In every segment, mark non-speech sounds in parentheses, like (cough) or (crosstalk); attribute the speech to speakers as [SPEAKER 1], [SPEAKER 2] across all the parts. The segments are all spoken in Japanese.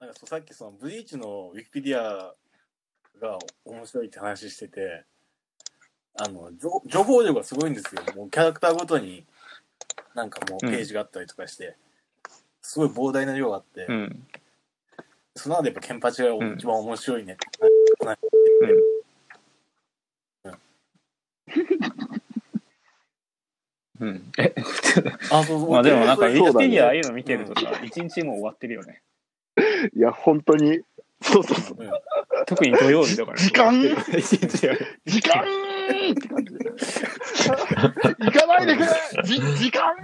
[SPEAKER 1] なんかそうさっきそのブリーチのウィキペディアが面白いって話してて、あの、情情報量がすごいんですよ。もうキャラクターごとになんかもうページがあったりとかして、すごい膨大な量があって、
[SPEAKER 2] うん。
[SPEAKER 1] その中でやっぱケンパチが
[SPEAKER 2] うん
[SPEAKER 1] 一番面白いねって話
[SPEAKER 2] うん。え、
[SPEAKER 1] あ、そうそう。
[SPEAKER 2] まあでもなんか、ウ
[SPEAKER 1] そう
[SPEAKER 2] ィ
[SPEAKER 1] そう
[SPEAKER 2] キペディアああいうの見てるとさ、一日もう終わってるよね。
[SPEAKER 3] いや、本当に。そうそうそう。
[SPEAKER 1] うん
[SPEAKER 2] 特に土曜日だから。
[SPEAKER 3] 時
[SPEAKER 2] (laughs)
[SPEAKER 3] 間
[SPEAKER 2] 終わってる一日は
[SPEAKER 3] 時間って感じで。行かないでくれじ時間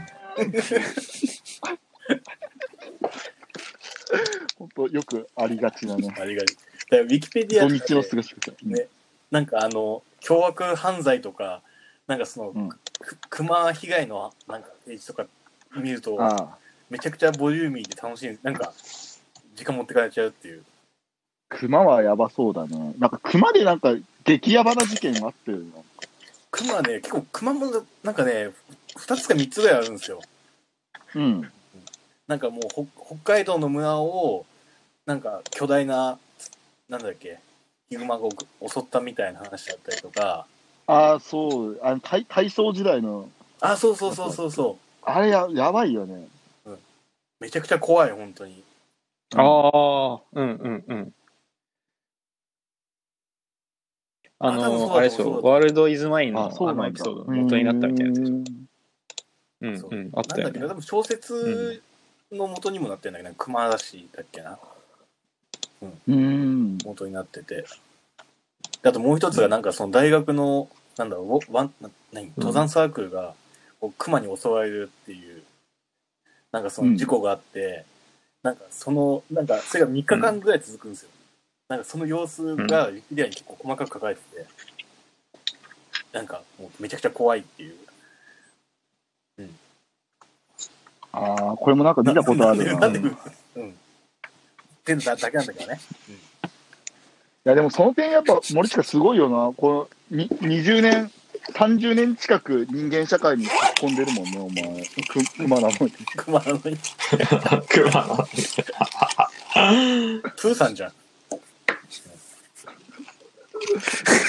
[SPEAKER 3] 本当よくありがちなね。
[SPEAKER 1] ありがとう。だからウィキペディ
[SPEAKER 3] 土
[SPEAKER 1] ア
[SPEAKER 3] 日の過ごし方。
[SPEAKER 1] ねなんかあの、凶悪犯罪とか、なんかその、
[SPEAKER 3] うん
[SPEAKER 1] く熊被害のなんかページとか見ると、
[SPEAKER 3] ああ。
[SPEAKER 1] めちゃくちゃボリューミーで楽しいんです。なんか、時間持ってかれちゃうっていう。
[SPEAKER 3] 熊はやばそうだね。なんか熊でなんか激ヤバな事件があってるの。
[SPEAKER 1] 熊ね、結構熊もなんかね、2つか3つぐらいあるんですよ。
[SPEAKER 3] うん。
[SPEAKER 1] なんかもうほ北海道の村を、なんか巨大な、なんだっけ、ヒグマが襲ったみたいな話だったりとか、
[SPEAKER 3] ああ、そう。あの体体操時代の。
[SPEAKER 1] あ、そうそうそうそうそう。
[SPEAKER 3] あれややばいよね。
[SPEAKER 1] めちゃくちゃ怖い、本当に。
[SPEAKER 2] ああ、うんうんうん。あ
[SPEAKER 1] あ多分そうだと
[SPEAKER 2] の、
[SPEAKER 1] 思う
[SPEAKER 2] あれでし
[SPEAKER 1] そうだと
[SPEAKER 2] ょ、
[SPEAKER 1] 思う
[SPEAKER 2] ワールド・イズ・マインの
[SPEAKER 3] あそう
[SPEAKER 2] あ
[SPEAKER 3] な
[SPEAKER 2] の
[SPEAKER 3] んだ
[SPEAKER 2] エピソードの元になったみたいなやつでしょ。うん
[SPEAKER 1] そう
[SPEAKER 2] うん、あった
[SPEAKER 1] な
[SPEAKER 2] よ
[SPEAKER 1] んだっけ
[SPEAKER 2] ね
[SPEAKER 1] な、多。分小説の元にもなってるんだけど、なんか熊らしだっけな、
[SPEAKER 3] うーん。
[SPEAKER 1] 元になってて。であともう一つが、なんかその大学の、なんだろう、おわんな何登山サークルが、こう熊に襲われるっていう、なんかその事故があって、なんかその、なんかそれが3日間ぐらい続くんですよ。なんかその様子が、ウィキペディアに結構細かく書かれてて、なんかもうめちゃくちゃ怖いっていう。
[SPEAKER 3] ああ、これもなんか見たことある
[SPEAKER 1] (laughs) な
[SPEAKER 3] な。
[SPEAKER 1] ん
[SPEAKER 3] い
[SPEAKER 1] でうん。全部だだけなんだけどね。
[SPEAKER 3] や、でもその点やっぱ森近すごいよな。このに20年、30年近く人間社会に突っ込んでるもんね、お前。く熊なのに。
[SPEAKER 1] 熊なのに。
[SPEAKER 4] 熊の
[SPEAKER 1] プーさんじゃん。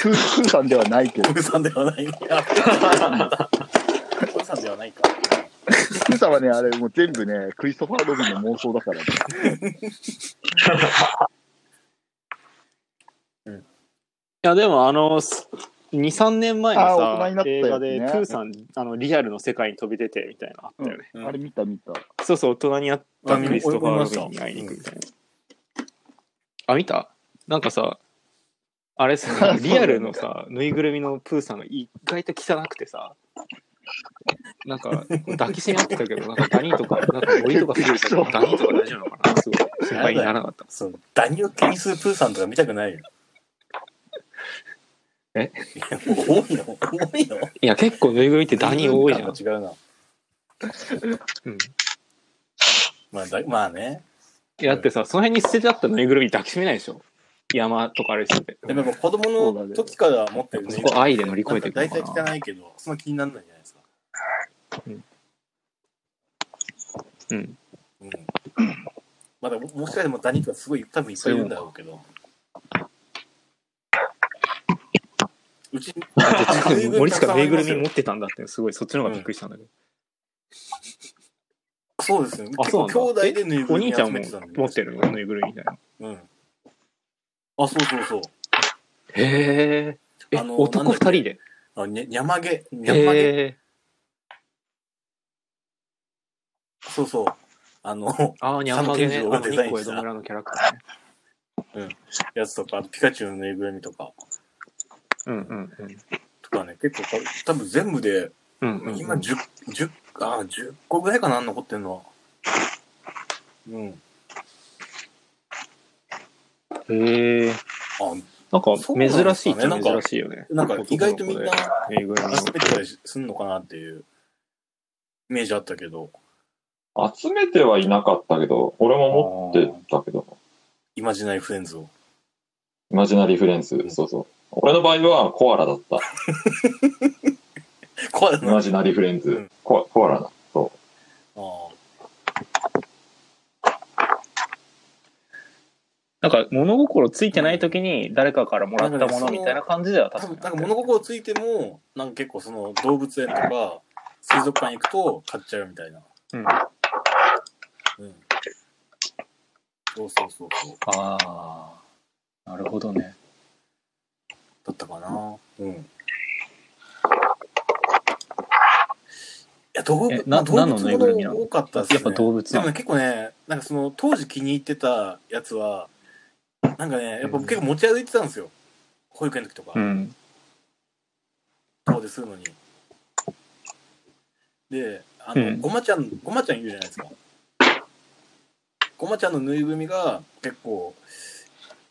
[SPEAKER 3] 空空間ではないけ
[SPEAKER 1] (laughs)
[SPEAKER 3] ど
[SPEAKER 1] プ。ーさんでは
[SPEAKER 2] (laughs)
[SPEAKER 1] ない。いやプーさんだプーさんではないか。
[SPEAKER 3] 空間はね、あれもう全部ね、クリストファー・ロビンの妄想だからね。
[SPEAKER 2] いや、でも、あの、す2、3年前の
[SPEAKER 3] あ
[SPEAKER 2] さ
[SPEAKER 3] ー大人にな、った
[SPEAKER 2] 映
[SPEAKER 3] や
[SPEAKER 2] 画
[SPEAKER 3] つね
[SPEAKER 2] で、プーさん、あの、リアルの世界に飛び出てみたいなのあったよね。
[SPEAKER 1] うん
[SPEAKER 3] あれ見た見た。
[SPEAKER 2] そうそう、大人になった
[SPEAKER 1] あ見
[SPEAKER 2] クリストファー・ロビンに会いに行くみたいな。あ、見たなんかさ、あれさ、リアルのさ、ぬいぐるみのプーさんが意外と汚くてさ、なんか抱きしめ合ってたけど、なんかダニとか、なんか森とかするけど、ダニとか大丈夫なのかなすごい心配にならなかった。
[SPEAKER 1] そう、ダニを気にするプーさんとか見たくないよ。
[SPEAKER 2] え
[SPEAKER 1] いやもう多いの多いの
[SPEAKER 2] いや、結構ぬいぐるみってダニ多いじゃん。
[SPEAKER 1] 違うな。
[SPEAKER 2] うん
[SPEAKER 1] まあ、だまあね。
[SPEAKER 2] いやだってさ、その辺に捨ててあったぬいぐるみ抱きしめないでしょ山とかあれしてて。
[SPEAKER 1] でもやっぱ子供の時から持ってる
[SPEAKER 2] そこ愛で乗り越えていく
[SPEAKER 1] 大
[SPEAKER 2] のか
[SPEAKER 1] 体
[SPEAKER 2] な。
[SPEAKER 1] 汚いけど、そんな気にならないじゃないですか。
[SPEAKER 2] うん。
[SPEAKER 1] うん。まだももしかしてもダニとかすごい多分いっぱいいるんだろうけど。うち、
[SPEAKER 2] 森塚ぬいぐるみ持ってたんだって、すごい、そっちの方がびっくりしたんだけど。
[SPEAKER 1] そうですね。
[SPEAKER 2] あ
[SPEAKER 1] 結
[SPEAKER 2] そう
[SPEAKER 1] 構
[SPEAKER 2] なんだ
[SPEAKER 1] 兄弟でぬいぐ
[SPEAKER 2] お
[SPEAKER 1] るみ
[SPEAKER 2] 兄ちゃ
[SPEAKER 1] 集
[SPEAKER 2] んも
[SPEAKER 1] めてたんで。
[SPEAKER 2] 持ってるのぬいぐるみみたいな。
[SPEAKER 1] うん。あ、そうそうそう。
[SPEAKER 2] へえ。え、
[SPEAKER 1] あの
[SPEAKER 2] 男二人
[SPEAKER 1] なん
[SPEAKER 2] で。
[SPEAKER 1] あ、にゃ、にゃまげ。にゃまげ。
[SPEAKER 2] へえ。
[SPEAKER 1] そうそう。あの、
[SPEAKER 2] ああ、にゃんまげね。
[SPEAKER 1] 三
[SPEAKER 2] あ
[SPEAKER 1] 軒
[SPEAKER 2] の、
[SPEAKER 1] 茶屋をデザインし
[SPEAKER 2] 日光江
[SPEAKER 1] た
[SPEAKER 2] 戸村のキャラクターね。
[SPEAKER 1] やつとか、ピカチュウのぬいぐるみとか、
[SPEAKER 2] うんうんうん。
[SPEAKER 1] とかね、結構多分、多分全部で、
[SPEAKER 2] うんうんうん。
[SPEAKER 1] 今10、10、あ、10個ぐらいかな、残ってんのは。うん。
[SPEAKER 2] へえ。
[SPEAKER 1] あ、
[SPEAKER 2] なんか、
[SPEAKER 1] そうなんですかね
[SPEAKER 2] 珍しいっちゃ珍しいよね。
[SPEAKER 1] なんか意外とみんな
[SPEAKER 2] 男の子でぬいぐるみの
[SPEAKER 1] 集めてたりすんのかなっていうイメージあったけど、
[SPEAKER 4] 集めてはいなかったけど、俺も持ってたけど、
[SPEAKER 1] イマジナリフレンズ
[SPEAKER 2] (laughs)
[SPEAKER 1] を。
[SPEAKER 4] イマジナリーフレンズ、そうそう。俺の場合はコアラだった。
[SPEAKER 1] 怖い
[SPEAKER 4] イ
[SPEAKER 1] な。
[SPEAKER 4] マ
[SPEAKER 1] あ
[SPEAKER 4] ジナリーフレン
[SPEAKER 1] うん
[SPEAKER 4] ズ、コアコアラだ。そ
[SPEAKER 1] ー
[SPEAKER 2] なんか物心ついてない時に誰かからもらったものみたいな感じでは
[SPEAKER 1] 多
[SPEAKER 2] 確
[SPEAKER 1] 分、
[SPEAKER 2] か
[SPEAKER 1] なんか
[SPEAKER 2] に。
[SPEAKER 1] 物心ついても、なんか結構その動物園とか、水族館行くと買っちゃうみたいな。
[SPEAKER 2] うん
[SPEAKER 1] うん。そうそうそうそう。
[SPEAKER 2] ああ。なるほどね。
[SPEAKER 1] だったかな。うん。いや、動物、
[SPEAKER 2] え
[SPEAKER 1] ま
[SPEAKER 2] な
[SPEAKER 1] あ動物
[SPEAKER 2] 何のぬいぐるみなの
[SPEAKER 1] も多かったです
[SPEAKER 2] や
[SPEAKER 1] ね。
[SPEAKER 2] っぱ動物
[SPEAKER 1] で
[SPEAKER 2] な
[SPEAKER 1] も
[SPEAKER 2] の
[SPEAKER 1] ね、結構ね、なんかその、当時気に入ってたやつは、なんかね、やっぱ結構持ち歩いてたんですよ。保育園の時とか。
[SPEAKER 2] うん。
[SPEAKER 1] 遠出するのに。で、あ
[SPEAKER 2] う
[SPEAKER 1] の、
[SPEAKER 2] ん
[SPEAKER 1] ごまちゃん、ごまちゃんいるじゃないですか。ごまちゃんのぬいぐるみが結構、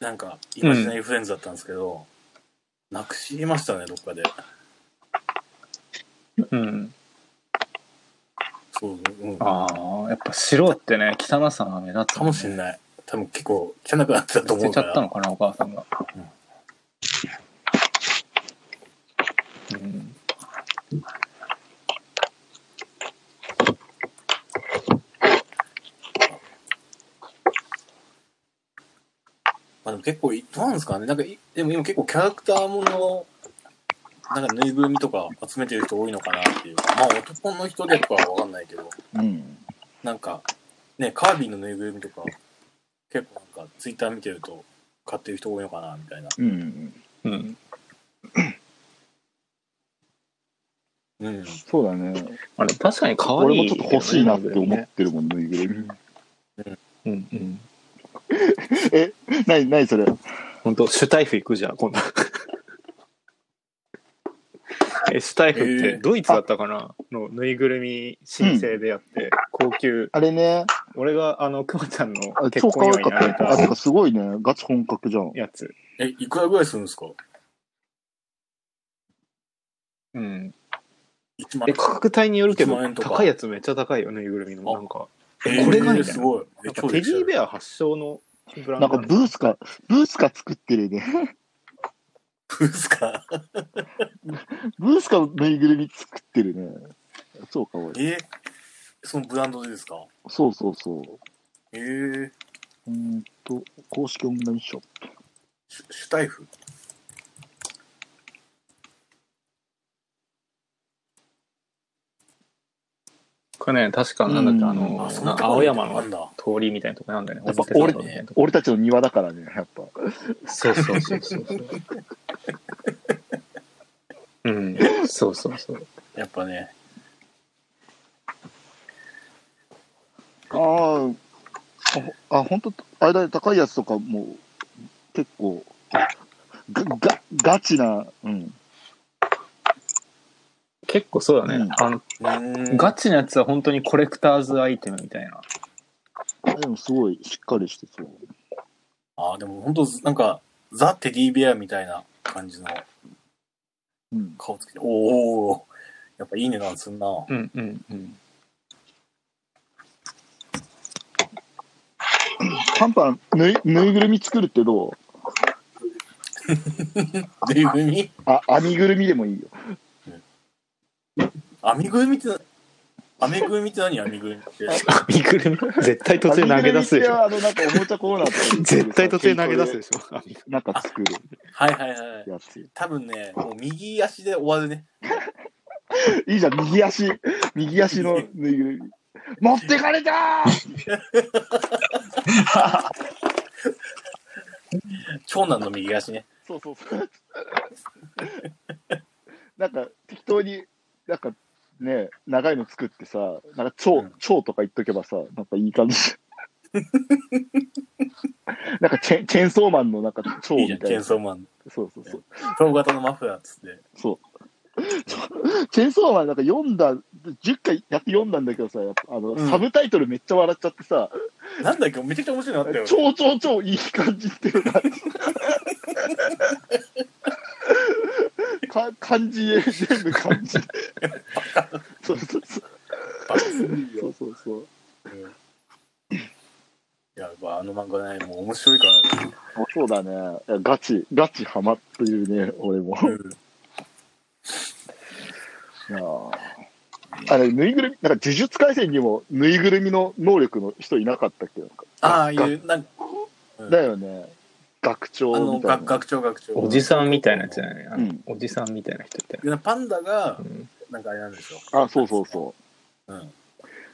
[SPEAKER 1] なんか、イマジナリーフレンズだったんですけど、なくしましたね、どっかで。
[SPEAKER 2] うん。
[SPEAKER 1] そう、うん。
[SPEAKER 2] ああ、やっぱ白ってね、汚さが目立つ、
[SPEAKER 1] かもしん
[SPEAKER 2] い。
[SPEAKER 1] ない。多分結構、じゃなくなってたと
[SPEAKER 2] 捨
[SPEAKER 1] 思
[SPEAKER 2] て
[SPEAKER 1] う
[SPEAKER 2] ち
[SPEAKER 1] か
[SPEAKER 2] ゃ
[SPEAKER 1] ら。
[SPEAKER 2] ったのかな、お母さんが。うん。
[SPEAKER 1] まあでも結構い、どうなんですかね。なんかい、でも今結構キャラクターもの、なんかぬいぐるみとか集めてる人多いのかなっていう。まあ男の人でとかはわかんないけど。
[SPEAKER 3] うん。
[SPEAKER 1] なんか、ね、カービィのぬいぐるみとか、結構なんか、ツイッター見てると、買ってる人多いのかな、みたいな。
[SPEAKER 3] うん。
[SPEAKER 2] うん。
[SPEAKER 1] うん。
[SPEAKER 3] そうだね。
[SPEAKER 2] あれ、確かに可
[SPEAKER 3] 俺
[SPEAKER 2] 愛
[SPEAKER 3] も
[SPEAKER 2] い
[SPEAKER 3] ち
[SPEAKER 2] け
[SPEAKER 3] ょ
[SPEAKER 2] どね、
[SPEAKER 3] っと欲しいなって思ってるもん、ぬいぐるみ。
[SPEAKER 2] うんうん。
[SPEAKER 3] ない、ない、それ。
[SPEAKER 2] 本当シュタイフ行くじゃん、 (laughs) 今度。え、シュタイフっ
[SPEAKER 1] え
[SPEAKER 2] て
[SPEAKER 1] ー
[SPEAKER 2] ドイツだったかなのぬいぐるみ申請でやって、高級。
[SPEAKER 3] あれね、
[SPEAKER 2] 俺があの、クマちゃんの
[SPEAKER 3] あ
[SPEAKER 2] 結
[SPEAKER 3] 超可
[SPEAKER 2] 婚
[SPEAKER 3] 愛
[SPEAKER 2] 祝い
[SPEAKER 3] か
[SPEAKER 2] に
[SPEAKER 3] っ
[SPEAKER 2] あげ
[SPEAKER 3] た。あ、て
[SPEAKER 2] た
[SPEAKER 3] かすごいね。ガチ本格じゃん。
[SPEAKER 2] やつ。
[SPEAKER 1] え、いくらぐらいするんですか
[SPEAKER 2] うん。
[SPEAKER 1] ?1 万
[SPEAKER 2] え、価格帯によるけど
[SPEAKER 1] 1万円、とか
[SPEAKER 2] 高いやつめっちゃ高いよ、ぬいぐるみの。なんか、
[SPEAKER 1] えー
[SPEAKER 2] これがいいね
[SPEAKER 1] すごい。え
[SPEAKER 2] なんかテディベア発祥のブラン
[SPEAKER 3] な
[SPEAKER 2] ド
[SPEAKER 3] んかブースか、ブースか作ってるね。
[SPEAKER 1] ブースか。
[SPEAKER 3] ブースかのぬいぐるみ作ってるね。そうか、俺。
[SPEAKER 1] え、そのブランドでですか
[SPEAKER 3] そうそうそう。
[SPEAKER 1] えー、
[SPEAKER 3] うーんと、公式オンラインショップ。
[SPEAKER 1] シュシュタイフ
[SPEAKER 2] これね、確かなんだっけ、
[SPEAKER 3] うん
[SPEAKER 2] あの
[SPEAKER 1] あ、そんな
[SPEAKER 2] な
[SPEAKER 1] とこ
[SPEAKER 2] 青山
[SPEAKER 1] あ
[SPEAKER 2] の
[SPEAKER 1] んだ。
[SPEAKER 2] 通りみたいなとこなんだよね。
[SPEAKER 3] やっぱ
[SPEAKER 2] ホテルのみたいなとこ
[SPEAKER 3] 俺たちの庭だからね、やっぱ。
[SPEAKER 2] そうそうそうそうそう。うん、そうそうそう。
[SPEAKER 1] やっぱね。
[SPEAKER 3] ああ、あ、ほんと、あれだね、高いやつとかも、結構、が、が、ガチな、うん。
[SPEAKER 2] 結構そうだね。
[SPEAKER 3] うん
[SPEAKER 2] あの
[SPEAKER 1] うーん。
[SPEAKER 2] ガチなやつは本当にコレクターズアイテムみたいな。
[SPEAKER 3] でもすごいしっかりしてそう。
[SPEAKER 1] あ、でも本当なんか、ザ・テディベアみたいな感じの
[SPEAKER 3] うん。
[SPEAKER 1] 顔つきで。おおやっぱいい値段すんな。
[SPEAKER 2] うんうんうん。
[SPEAKER 3] パンパン、ぬい、ぬいぐるみ作るってどう
[SPEAKER 1] ぬいぐるみ
[SPEAKER 3] あ、編みぐるみでもいいよ。
[SPEAKER 1] 編みぐるみってな、編みぐるみって何編みぐるみって。
[SPEAKER 2] 編みぐるみ絶対途中投げ出すでしょ。
[SPEAKER 3] 編みぐるみってあの、なんかおもちゃコーナーとかに
[SPEAKER 2] 絶対途中投げ出すでしょ。
[SPEAKER 3] なんか作る
[SPEAKER 1] はいはいはい。
[SPEAKER 3] やつ。
[SPEAKER 1] 多分ね、もう右足で終わるね。
[SPEAKER 3] いいじゃん、右足、右足のぬいぐるみ。持ってかれた
[SPEAKER 1] (laughs)
[SPEAKER 3] ー
[SPEAKER 1] 長男の右足ね。
[SPEAKER 3] そうそうそう。 (laughs) なんか、適当に、なんか、ね、長いの作ってさ、なんか、蝶、
[SPEAKER 1] うん
[SPEAKER 3] 蝶とか言っとけばさ、なんかいい感じ。 (laughs) なんかチェン、チェーンソーマンのなんか、蝶
[SPEAKER 1] いい
[SPEAKER 3] み
[SPEAKER 1] じゃん、
[SPEAKER 3] た
[SPEAKER 1] チ
[SPEAKER 3] い
[SPEAKER 1] ェー
[SPEAKER 3] な。
[SPEAKER 1] ン
[SPEAKER 3] そ
[SPEAKER 1] ソ
[SPEAKER 3] う
[SPEAKER 1] ーマン。
[SPEAKER 3] そうそう。
[SPEAKER 1] 超型のマフラーっつって。
[SPEAKER 3] そう。 (laughs) チェーンソーマンなんか読んだ、10回やって読んだんだけどさ、やっぱあの、
[SPEAKER 1] うん
[SPEAKER 3] サブタイトルめっちゃ笑っちゃってさ、
[SPEAKER 1] なんだっけめちゃくちゃ面白いのあったよ。
[SPEAKER 3] 超超超いい感じっていうか (laughs) か漢字で全部漢字そうそうそう
[SPEAKER 1] バカすぎる
[SPEAKER 3] そ
[SPEAKER 1] よ。
[SPEAKER 3] うそうそう
[SPEAKER 1] うんやっぱあの漫画ね、もう面白いからね。
[SPEAKER 3] あそうだねいやガチガチハマっていうね俺も
[SPEAKER 1] う
[SPEAKER 3] いやーあれぬいぐるみなんか呪術廻戦にもぬいぐるみの能力の人いなかったっけなんか
[SPEAKER 1] んああいう、なんか、うん
[SPEAKER 3] だよね。学長
[SPEAKER 1] あの
[SPEAKER 3] みたいな。
[SPEAKER 1] 学学長学長
[SPEAKER 2] おじさんみたいなやつじゃない、あの
[SPEAKER 3] うん
[SPEAKER 2] おじさんみたいな人みたい
[SPEAKER 1] いやパンダ
[SPEAKER 2] な
[SPEAKER 1] が、
[SPEAKER 2] うん
[SPEAKER 1] なんかあれなんでしょ、
[SPEAKER 3] あ、そうそうそう
[SPEAKER 1] うん、
[SPEAKER 3] う。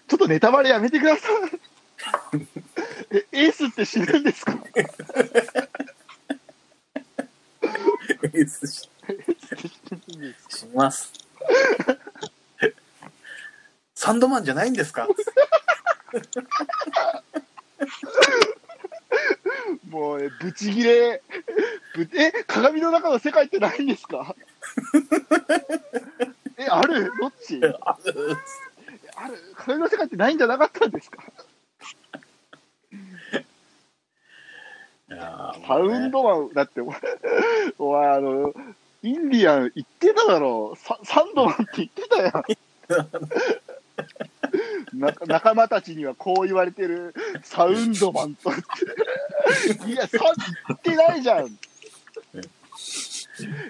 [SPEAKER 3] ちょっとネタバレやめてください。
[SPEAKER 1] (laughs)
[SPEAKER 3] え、エースって死ぬんですか
[SPEAKER 1] いつ (laughs) ししますサンドマンじゃないんですか
[SPEAKER 3] もう、えブチギレ。ぶえ、鏡の中の世界ってないんで
[SPEAKER 1] (laughs)
[SPEAKER 3] すかえ、あるどっちある鏡の世界ってないんじゃなかったんですかサウンドマン、だってお前、お前、あの、インディアン言ってただろサ、サンドマンって言ってたやん。 (laughs) な仲間たちにはこう言われてる、サウンドマンと (laughs) って。いや、さ言ってない (laughs) じゃん。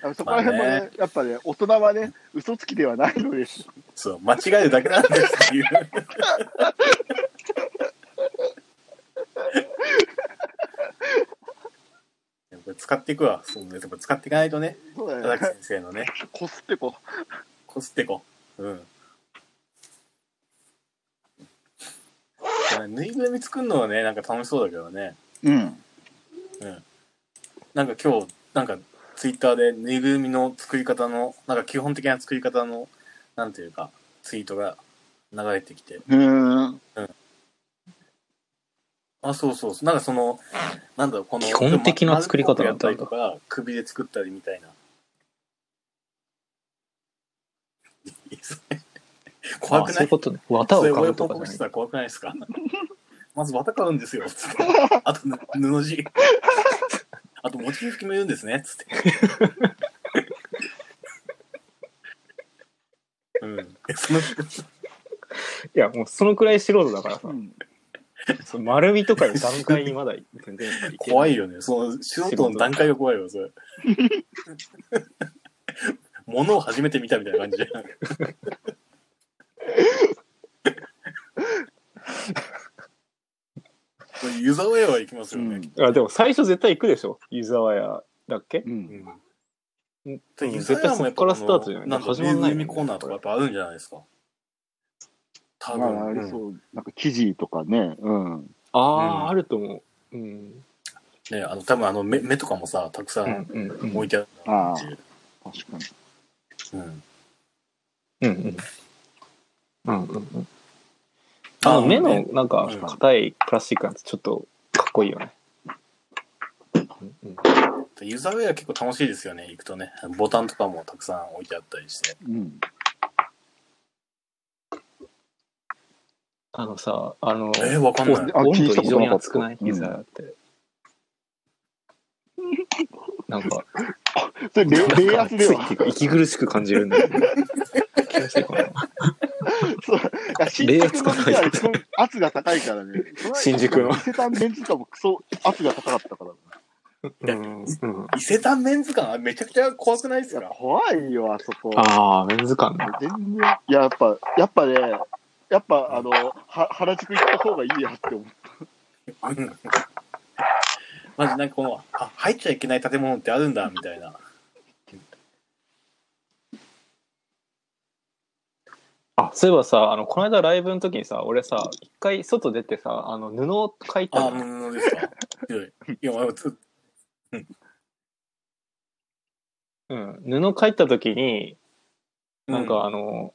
[SPEAKER 3] あのそこら辺もね,、
[SPEAKER 1] まあね
[SPEAKER 3] やっぱね、大人はね、嘘つきではないのです。
[SPEAKER 1] そう間違えるだけなんですって
[SPEAKER 3] (laughs)
[SPEAKER 1] いうやっぱり使っていくわそうねやっぱ使っていかないとね
[SPEAKER 3] そうだ
[SPEAKER 1] 田
[SPEAKER 3] よ
[SPEAKER 1] 崎
[SPEAKER 3] ね
[SPEAKER 1] 先。
[SPEAKER 3] (laughs)
[SPEAKER 1] 生のね
[SPEAKER 3] こすってこう。
[SPEAKER 1] こすってこううんぬいぐるみ作るのはねなんか楽しそうだけどね
[SPEAKER 3] うん。
[SPEAKER 1] なんか今日なんかツイッターでぬいぐるみの作り方のなんか基本的な作り方のなんていうかツイートが流れてきて
[SPEAKER 3] うん。
[SPEAKER 1] あそうそうそうなんかそのなんだろうこの
[SPEAKER 2] 基本的な作り方だ
[SPEAKER 1] だ
[SPEAKER 2] っ
[SPEAKER 1] ったた
[SPEAKER 2] ん
[SPEAKER 1] り
[SPEAKER 2] だ
[SPEAKER 1] とか首で作ったりみたいな (laughs) いいっすね怖
[SPEAKER 2] あ
[SPEAKER 1] くない
[SPEAKER 2] そう
[SPEAKER 1] いう
[SPEAKER 2] ことね綿を
[SPEAKER 1] それ
[SPEAKER 2] か
[SPEAKER 1] 俺
[SPEAKER 2] ぶ
[SPEAKER 1] 報
[SPEAKER 2] とか
[SPEAKER 1] 告
[SPEAKER 2] じ
[SPEAKER 1] し
[SPEAKER 2] ゃ
[SPEAKER 1] てたら
[SPEAKER 2] ない
[SPEAKER 1] 怖くないですか (laughs) まず綿買うんですよ (laughs) つってあと布地 (laughs) あと餅拭きもいるんですねつって (laughs) うんえその
[SPEAKER 2] いやもうそのくらい素人だからさ
[SPEAKER 3] うん。
[SPEAKER 2] その丸みとかいう段階にまだ全然
[SPEAKER 1] (laughs) 怖
[SPEAKER 2] い
[SPEAKER 1] いよねその素人の段階が怖いわそれ (laughs) 物を初めて見たみたいな感じじゃん (laughs) これ湯沢屋は行きます
[SPEAKER 3] う
[SPEAKER 1] よね、
[SPEAKER 3] ん。
[SPEAKER 2] あでも最初絶対行くでしょ湯沢屋だっけ
[SPEAKER 3] うん
[SPEAKER 2] うん
[SPEAKER 1] うん、
[SPEAKER 2] 絶対そっからスタートじゃない
[SPEAKER 1] なんか始
[SPEAKER 2] 始ま
[SPEAKER 1] ま
[SPEAKER 2] ん
[SPEAKER 1] んな
[SPEAKER 2] な
[SPEAKER 1] いい、
[SPEAKER 2] もんね
[SPEAKER 1] コーナーとかやっぱあるんじゃないですか多
[SPEAKER 3] ま
[SPEAKER 1] 分、
[SPEAKER 3] あ、あり
[SPEAKER 1] うん
[SPEAKER 3] そう、なんか記事とかね、うん。
[SPEAKER 2] ああ、
[SPEAKER 1] うん
[SPEAKER 2] あると思ううん
[SPEAKER 1] ねあの多分あの目目とかもさたくさ
[SPEAKER 2] うん
[SPEAKER 1] ん
[SPEAKER 2] うんうん
[SPEAKER 1] 置いてあるんだろうっていう
[SPEAKER 3] 確かに。
[SPEAKER 1] うん
[SPEAKER 2] うんうんうんうんうんあの目のなんか
[SPEAKER 1] うん
[SPEAKER 2] 硬いプラスチックなんてちょっとかっこいいよね。うんうん
[SPEAKER 1] ユーザーウェア結構楽しいですよね行くとねボタンとかもたくさん置いてあったりして
[SPEAKER 3] うん。
[SPEAKER 2] あのさ、あの、
[SPEAKER 1] えーわかんない
[SPEAKER 3] あ
[SPEAKER 2] 温
[SPEAKER 3] 聞い
[SPEAKER 2] 度
[SPEAKER 3] た
[SPEAKER 2] 異
[SPEAKER 3] こ
[SPEAKER 2] 常
[SPEAKER 3] と
[SPEAKER 2] に
[SPEAKER 3] なかった
[SPEAKER 2] 熱くない
[SPEAKER 3] うん
[SPEAKER 2] 膝って。なんか、
[SPEAKER 3] それ、レ冷圧で
[SPEAKER 2] なんかつい
[SPEAKER 3] は
[SPEAKER 2] ていく息苦しく感じるんだよね。 (laughs) 気のせいかな
[SPEAKER 3] そういや
[SPEAKER 2] 冷圧か
[SPEAKER 3] 新宿の店は基本圧が高いからね。
[SPEAKER 2] 新宿の
[SPEAKER 3] 伊勢丹メンズとかもクソ圧が高かったか
[SPEAKER 2] う
[SPEAKER 3] ら。
[SPEAKER 2] んうん
[SPEAKER 1] 伊勢丹メンズ館めちゃくちゃ怖くないで
[SPEAKER 3] い
[SPEAKER 1] す
[SPEAKER 3] や、
[SPEAKER 1] か
[SPEAKER 3] 怖いよ、あそこ。
[SPEAKER 2] ああ、メンズ感ね。
[SPEAKER 3] 全然。いや、やっぱ、やっぱね、やっぱ、あの、は原宿行った方がいいやって思っ
[SPEAKER 1] うんマジなんかこのあ入っちゃいけない建物ってあるんだみたいな
[SPEAKER 2] あ、そういえばさ、あの、この間ライブの時にさ、俺さ、一回外出てさ、あの、布を描いた
[SPEAKER 1] あ
[SPEAKER 2] の
[SPEAKER 1] 布ですか広いいや俺つ
[SPEAKER 2] うん、布描いた時に、なんかあの、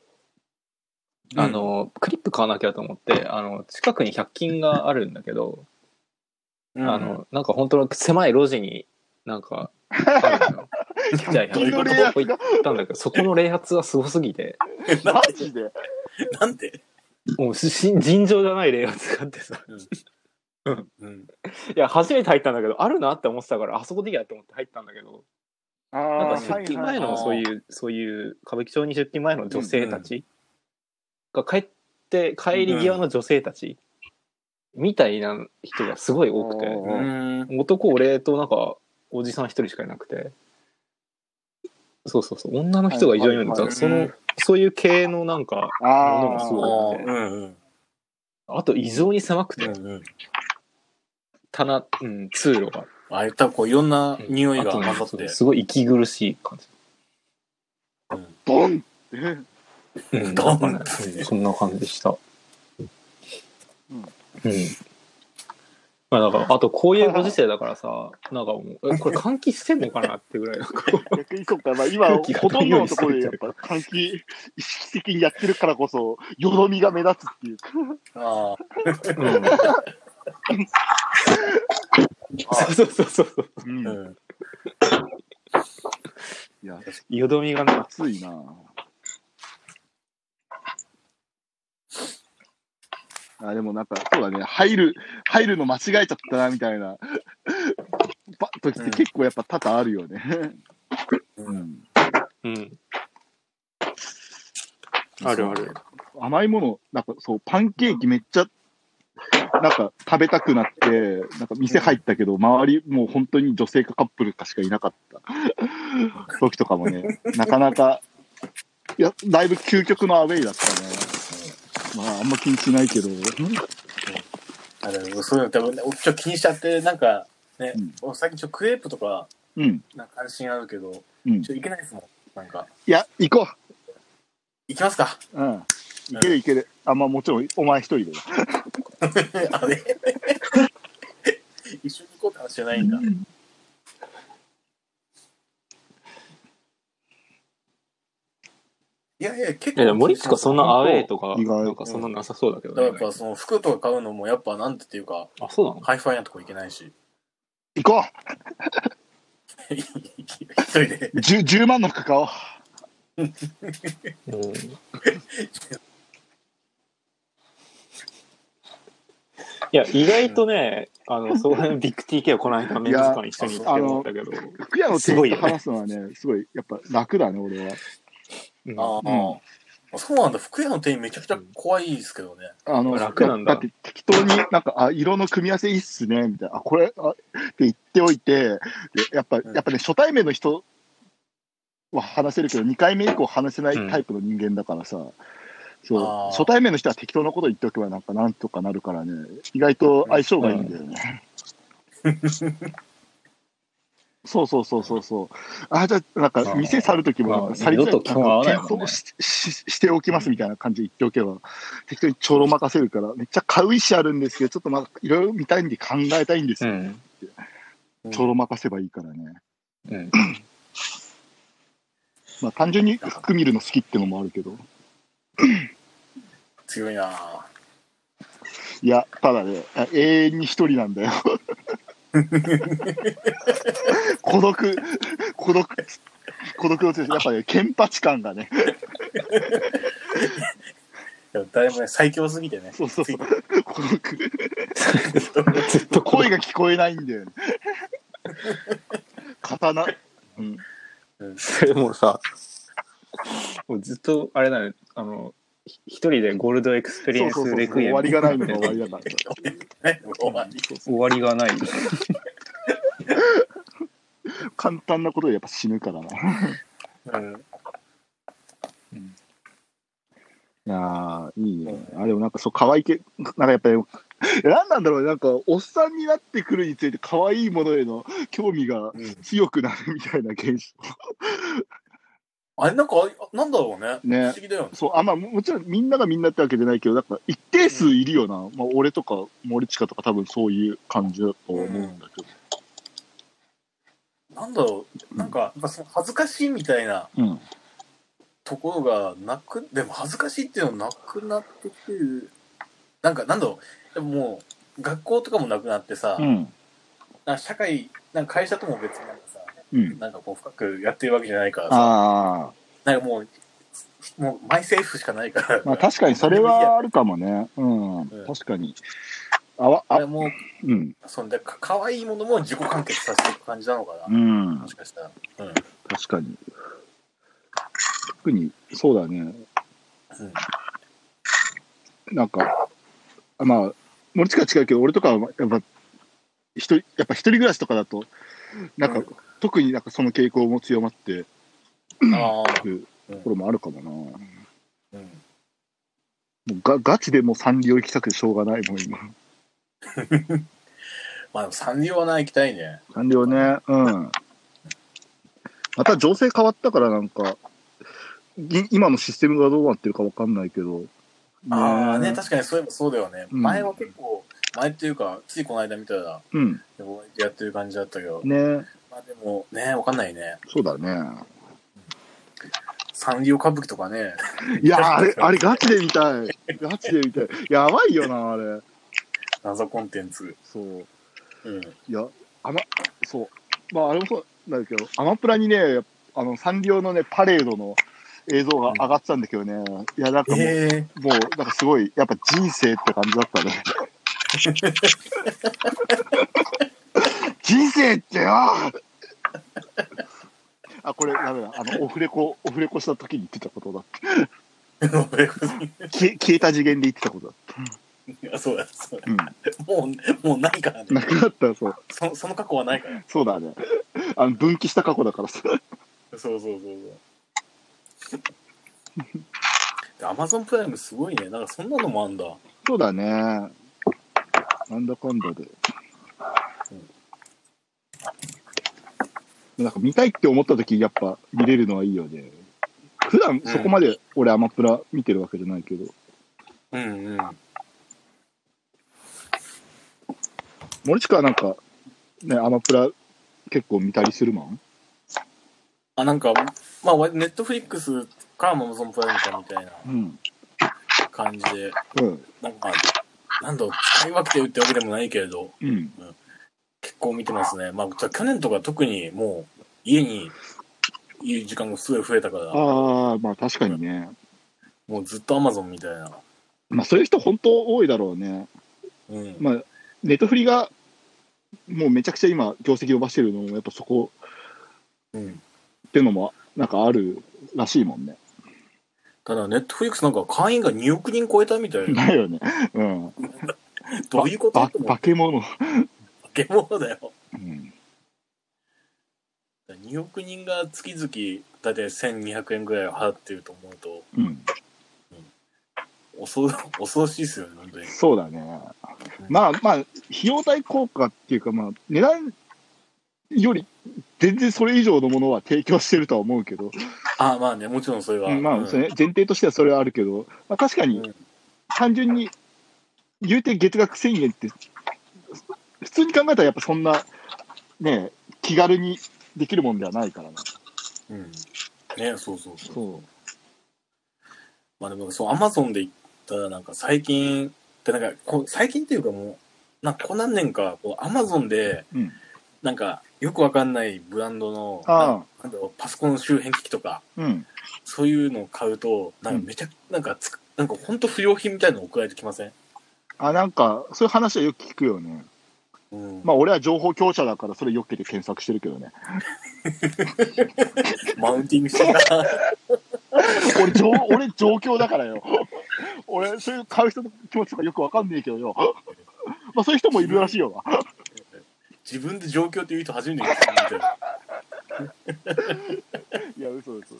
[SPEAKER 1] うん
[SPEAKER 2] あの、クリップ買わなきゃと思って、あの、近くに100均があるんだけど、
[SPEAKER 1] うん
[SPEAKER 2] あの、なんか本当の狭い路地に、なんか、あるの
[SPEAKER 1] (laughs)
[SPEAKER 2] よちっちゃい
[SPEAKER 3] た。
[SPEAKER 1] どういう
[SPEAKER 2] 100均
[SPEAKER 1] こ
[SPEAKER 2] の
[SPEAKER 1] と
[SPEAKER 2] とこ行ったんだけど、そこの冷圧がすごすぎて、
[SPEAKER 1] な
[SPEAKER 3] マ
[SPEAKER 1] んで
[SPEAKER 3] ジで。
[SPEAKER 1] なんで、
[SPEAKER 2] もうしし尋常じゃない冷圧があってさ、
[SPEAKER 1] うん、
[SPEAKER 2] いや、初めて入ったんだけど、あるなって思ってたから、あそこでいいやと思って入ったんだけど、
[SPEAKER 3] あ
[SPEAKER 2] なん
[SPEAKER 3] あ
[SPEAKER 2] か出勤前のそういう、そういう、歌舞伎町に出勤前の女性たちが帰って、帰り際の女性たちみたいな人がすごい多くて、
[SPEAKER 3] うん
[SPEAKER 1] うん
[SPEAKER 2] 男俺となんかおじさん一人しかいなくてそうそうそう女の人が異常に多いんだ
[SPEAKER 3] はいはい
[SPEAKER 1] はい
[SPEAKER 2] そのそういう系のなんかもの
[SPEAKER 3] あ
[SPEAKER 2] がす
[SPEAKER 1] あ
[SPEAKER 2] ご
[SPEAKER 3] あ
[SPEAKER 2] い
[SPEAKER 1] ーうんうん
[SPEAKER 2] あと異常に狭くて、
[SPEAKER 1] うんうん
[SPEAKER 2] 棚、うん、通路が。
[SPEAKER 1] ああいったこういろんな
[SPEAKER 2] うん
[SPEAKER 1] 匂いが
[SPEAKER 2] あとね
[SPEAKER 1] 混ざって。
[SPEAKER 2] すごい息苦しい感じ。
[SPEAKER 3] ボンって。
[SPEAKER 2] うん、
[SPEAKER 1] どう
[SPEAKER 2] なん
[SPEAKER 1] なん
[SPEAKER 2] かね
[SPEAKER 1] ですね
[SPEAKER 2] うんそんな感じでした。うんん。まあなんか、あとこういうご時世だからさ、なんかもう、え、これ換気してんのかなってぐらいの、こう
[SPEAKER 3] 逆にそうか、まあ、今、
[SPEAKER 2] 空気が
[SPEAKER 3] ほとんどのところでやっぱ換気、意識的にやってるからこそ、よどみが目立つっていうか。
[SPEAKER 1] (laughs) ああ、
[SPEAKER 2] うん、そうそうそうそう。
[SPEAKER 3] うん
[SPEAKER 1] うん。
[SPEAKER 3] いや、
[SPEAKER 2] よどみがな。
[SPEAKER 3] 暑いなあでもなんか、そうだね、入る、入るの間違えちゃったな、みたいな。バッときて結構やっぱ多々あるよね。うん。
[SPEAKER 2] うん。あるある。
[SPEAKER 3] 甘いもの、なんかそう、パンケーキめっちゃ、なんか食べたくなって、なんか店入ったけど、周りもう本当に女性かカップルかしかいなかった時とかもね、なかなか、いや、だいぶ究極のアウェイだったね。まあ、あんま気にしないけど。
[SPEAKER 1] あれ、そういうの多分、ね、おちょっと気にしちゃって、なんか、ね、
[SPEAKER 3] うん
[SPEAKER 1] お最近ちょっとクレープとか、
[SPEAKER 3] うん、
[SPEAKER 1] なんか関心あるけど、
[SPEAKER 3] うん。
[SPEAKER 1] ちょっといけないですもん。なんか、
[SPEAKER 3] いや、行こ
[SPEAKER 1] 行きますか。 (laughs)
[SPEAKER 3] う。うん。いけるいける。あ、まあもちろん、お前一人で。
[SPEAKER 1] あれ (laughs) 一緒に行こうって話じゃないんだ。いやいや、結
[SPEAKER 2] いや、でも森塚そんなアウェイとか、
[SPEAKER 3] 意外
[SPEAKER 2] なんかそんななさそうだけ
[SPEAKER 1] だか
[SPEAKER 2] ど
[SPEAKER 1] ら
[SPEAKER 2] ね、
[SPEAKER 1] やっぱその服とか買うのもやっぱなんてっていうか、
[SPEAKER 2] あ、そうなの
[SPEAKER 1] ハイファイなとこ行けないし。 (laughs)
[SPEAKER 3] 行こ
[SPEAKER 1] 一人で。
[SPEAKER 3] う !10、10万の服買おう。
[SPEAKER 2] うん。 (laughs) いや、意外とね、あの、そういうビッグ TK をこの間、メンズ館一緒に行って思ったけど、
[SPEAKER 3] 服屋の店
[SPEAKER 2] すごい
[SPEAKER 3] 員
[SPEAKER 2] よ
[SPEAKER 3] と
[SPEAKER 2] ね
[SPEAKER 3] 話すのはね、すごい、やっぱ楽だね、俺は。
[SPEAKER 2] うん
[SPEAKER 1] ああ、そうなんだ。服屋の店員めちゃくちゃ怖いですけどね。
[SPEAKER 3] あの、
[SPEAKER 2] 楽なんだ
[SPEAKER 3] って適当になんか、あ、色の組み合わせいいっすね、みたいな。あ、これ、あって言っておいて、でやっぱ、
[SPEAKER 1] ん
[SPEAKER 3] やっぱね、初対面の人は話せるけど、2回目以降話せないタイプの人間だからさ、
[SPEAKER 1] あ
[SPEAKER 3] そう、
[SPEAKER 1] ー
[SPEAKER 3] 初対面の人は適当なこと言っておけばなんか、なんとかなるからね、意外と相性がいいんだよね。 (laughs) そうそうそうそうそう。あ、じゃあ、なんか、店去るときも、なん
[SPEAKER 2] まあ
[SPEAKER 3] か、去り際
[SPEAKER 2] 二度と基本合わないもんね
[SPEAKER 3] 検討しししておきますみたいな感じで言っておけば、適当にちょろまかせるから、めっちゃ買う意思あるんですけど、ちょっとまあ、いろいろ見たいんで考えたいんです
[SPEAKER 2] う
[SPEAKER 3] よ。
[SPEAKER 2] ん。
[SPEAKER 3] ちょろまかせばいいからね。
[SPEAKER 2] うん。
[SPEAKER 3] まあ、単純に服見るの好きってのもあるけど。
[SPEAKER 1] 強いなあ
[SPEAKER 3] いや、ただね、あ永遠に一人なんだよ。孤独、孤独、孤独の強さやっぱね、ケンパチ感がね、
[SPEAKER 1] いや誰もね、最強すぎてね。
[SPEAKER 3] そ
[SPEAKER 1] (laughs)
[SPEAKER 3] うそうそう、孤独。
[SPEAKER 2] ずっと
[SPEAKER 3] 声が聞こえないんだよね。刀。うん。
[SPEAKER 2] それもうさ、もうずっと、あれだね、あの、ひ一人でゴールドエクスペリエ
[SPEAKER 3] そう
[SPEAKER 2] ン
[SPEAKER 3] そうそ
[SPEAKER 2] ス
[SPEAKER 3] う。
[SPEAKER 2] レクイエ
[SPEAKER 3] 終
[SPEAKER 2] ム
[SPEAKER 3] わりがないのが終わりだか
[SPEAKER 1] (laughs)
[SPEAKER 3] ら。
[SPEAKER 1] ね終わり
[SPEAKER 2] 終わりがない。
[SPEAKER 3] 簡単なことでやっぱ死ぬからな。い
[SPEAKER 1] うん。
[SPEAKER 3] やーいいね。あ、でもなんかそう、可愛いけ、なんかやっぱり、 (laughs) えなんなんだろうね、なんか、おっさんになってくるについて、可愛いものへの興味が
[SPEAKER 1] うん
[SPEAKER 3] 強くなるみたいな現象。
[SPEAKER 1] あれ、なんか、あなんだろうね。
[SPEAKER 3] ね
[SPEAKER 1] 不思議だよね。
[SPEAKER 3] そう、あ、まあ、ももちろんみんながみんなってわけじゃないけど、なんか一定数いるよな。まあ、俺とか森近とか多分そういう感じだと思うんだけど。
[SPEAKER 1] なんだろう。なんか、やっぱその恥ずかしいみたいな
[SPEAKER 3] うん。
[SPEAKER 1] ところがなく、でも恥ずかしいっていうのなくなってきてる。なんか、なんだろう。でももう、学校とかもなくなってさ、
[SPEAKER 3] うん。
[SPEAKER 1] なんか社会、なんか会社とも別になんかさ、
[SPEAKER 3] うん。
[SPEAKER 1] なんかこう深くやってるわけじゃないからさ、
[SPEAKER 3] あ
[SPEAKER 1] なんかもう、もうマイセーフしかないから
[SPEAKER 3] あ、、まあ確かにそれはあるかもね。うん
[SPEAKER 1] ん。
[SPEAKER 3] 確かに。あわ、
[SPEAKER 1] あ
[SPEAKER 3] あ
[SPEAKER 1] れ、もう、
[SPEAKER 3] うん。
[SPEAKER 1] そんでか、可愛いものも自己完結させていく感じなのか
[SPEAKER 3] う
[SPEAKER 1] な。
[SPEAKER 3] ん
[SPEAKER 1] も。しかしたら。うん。
[SPEAKER 3] 確かに。特に、そうだね。
[SPEAKER 1] うん
[SPEAKER 3] なんか、あまあ、森近は違うけど、俺とかはやっぱ、一人、やっぱ一人暮らしとかだと、なんか、
[SPEAKER 1] うん
[SPEAKER 3] 特になんかその傾向も強まって
[SPEAKER 1] ああ。
[SPEAKER 3] るところもあるかもな。も
[SPEAKER 1] うん。
[SPEAKER 3] うがガチでもうサンリオ行きたくてしょうがないもん、今。
[SPEAKER 1] まあ、でもサンリオはな、行きたいね。
[SPEAKER 3] 完了ね。うん。また情勢変わったからなんか、い今のシステムがどうなってるかわかんないけど。
[SPEAKER 1] ああ、ね、確かにそういえばそうだよね。
[SPEAKER 3] うん
[SPEAKER 1] 前は結構、前っていうか、ついこの間見たら、
[SPEAKER 3] うん。
[SPEAKER 1] やってる感じだったけど、
[SPEAKER 3] ね
[SPEAKER 1] まあでも、ね、わかんないね。
[SPEAKER 3] そうだね。
[SPEAKER 1] サンリオ歌舞伎とかね、
[SPEAKER 3] いやー、あれ、あれガチで見たい。ガチで見たい。やばいよな、あれ。
[SPEAKER 1] 謎コンテンツ。
[SPEAKER 3] そう。
[SPEAKER 1] うん。
[SPEAKER 3] いや、あま、そう。まあ、あれもそうなんだけど、アマプラにね、あの、サンリオのね、パレードの映像が上がってたんだけどね。いや、なんかもう、
[SPEAKER 1] ええ
[SPEAKER 3] もう、なんかすごい、やっぱ人生って感じだったね。 (laughs) 人生ってよあ、これ、ダメだ。あの、オフレコ、オフレコした時に言ってたことだ
[SPEAKER 1] ー。
[SPEAKER 3] った。消え消えた次元で言ってたことだっ
[SPEAKER 1] あそうだ、そうだ。
[SPEAKER 3] た。うん。
[SPEAKER 1] もう、もうないから
[SPEAKER 3] な
[SPEAKER 1] ね。
[SPEAKER 3] くなった、そう。
[SPEAKER 1] そその過去はないから。
[SPEAKER 3] そうだね。あの、分岐した過去だからさ。
[SPEAKER 1] そうそうそうそう。アマゾンプライムすごいね。なんかそんなのもあんだ。
[SPEAKER 3] そうだね。なんだかんだで。なんか見たいって思った時やっぱ見れるのはいいよね。普段そこまで俺アマプラ見てるわけじゃないけど、
[SPEAKER 1] うんうん。
[SPEAKER 3] 森近はなんかね、アマプラ結構見たりするマン
[SPEAKER 1] あ、なんか、まあ、ネットフリックスからアマゾンプライムかみたいな
[SPEAKER 3] うん。
[SPEAKER 1] 感じで、
[SPEAKER 3] うん。
[SPEAKER 1] なんか、なんだろう、使い分けてるってわけでもないけれど、
[SPEAKER 3] うん。
[SPEAKER 1] 結構見てますね。まあ、じゃあ去年とか特にもう、家にいる時間がすごい増えたから、
[SPEAKER 3] ああ、まあ確かにね。
[SPEAKER 1] もうずっとアマゾンみたいな。
[SPEAKER 3] まあそういう人本当多いだろうね。
[SPEAKER 1] うん。
[SPEAKER 3] まあ、ネットフリがもうめちゃくちゃ今業績伸ばしてるのもやっぱそこ
[SPEAKER 1] うん、
[SPEAKER 3] っていうのもなんかあるらしいもんね。
[SPEAKER 1] ただ、ネットフリックスなんか会員が2億人超えたみたいな。
[SPEAKER 3] だよね。うん。
[SPEAKER 1] どういうこと
[SPEAKER 3] ば
[SPEAKER 1] って思
[SPEAKER 3] 化
[SPEAKER 1] う
[SPEAKER 3] け物。
[SPEAKER 1] 化け物だよ。
[SPEAKER 3] うん。
[SPEAKER 1] 2億人が月々だいたい1200円ぐらいを払ってると思うと
[SPEAKER 3] うん。
[SPEAKER 1] 恐ろ恐ろしいですよね本当に
[SPEAKER 3] そうだね。まあまあ、費用対効果っていうか、まあ、値段より全然それ以上のものは提供してるとは思うけど、
[SPEAKER 1] ああまあねもちろんそれは、
[SPEAKER 3] うんま
[SPEAKER 1] う
[SPEAKER 3] あ、
[SPEAKER 1] ん
[SPEAKER 3] それ前提としてはそれはあるけど、まあ、確か
[SPEAKER 1] う
[SPEAKER 3] に
[SPEAKER 1] ん
[SPEAKER 3] 単純に言うて月額1000円って、普通に考えたらやっぱそんな、ね、気軽にできるもんではないからな。
[SPEAKER 1] うんねそうそうそう
[SPEAKER 3] そ
[SPEAKER 1] まあでもそうアマゾンで言ったらなんか最近ってなんかこう最近っていうかもうなんかこう何年かこうアマゾンで
[SPEAKER 3] う。うん。
[SPEAKER 1] なんかよくわかんないブランドの
[SPEAKER 3] あ
[SPEAKER 1] なんだろうパソコン周辺機器とか
[SPEAKER 3] あ。うん。
[SPEAKER 1] そういうのを買うとなんかめちゃ、なんかつなんか本当不良品みたいなの送られてきません
[SPEAKER 3] あ、なんか、そういう話はよく聞くよね。
[SPEAKER 1] うん
[SPEAKER 3] まあ、俺は情報強者だから、それよけて検索してるけどね。
[SPEAKER 1] マウンティングしてた。 (laughs)
[SPEAKER 3] 俺、情、俺、状況だからよ。俺、そういう買う人の気持ちとかよくわかんねえけどよ。まあ、そういう人もいるらしいよな。
[SPEAKER 1] 自分で状況っていう人初めて聞いたみたいな。
[SPEAKER 3] いや、嘘嘘。い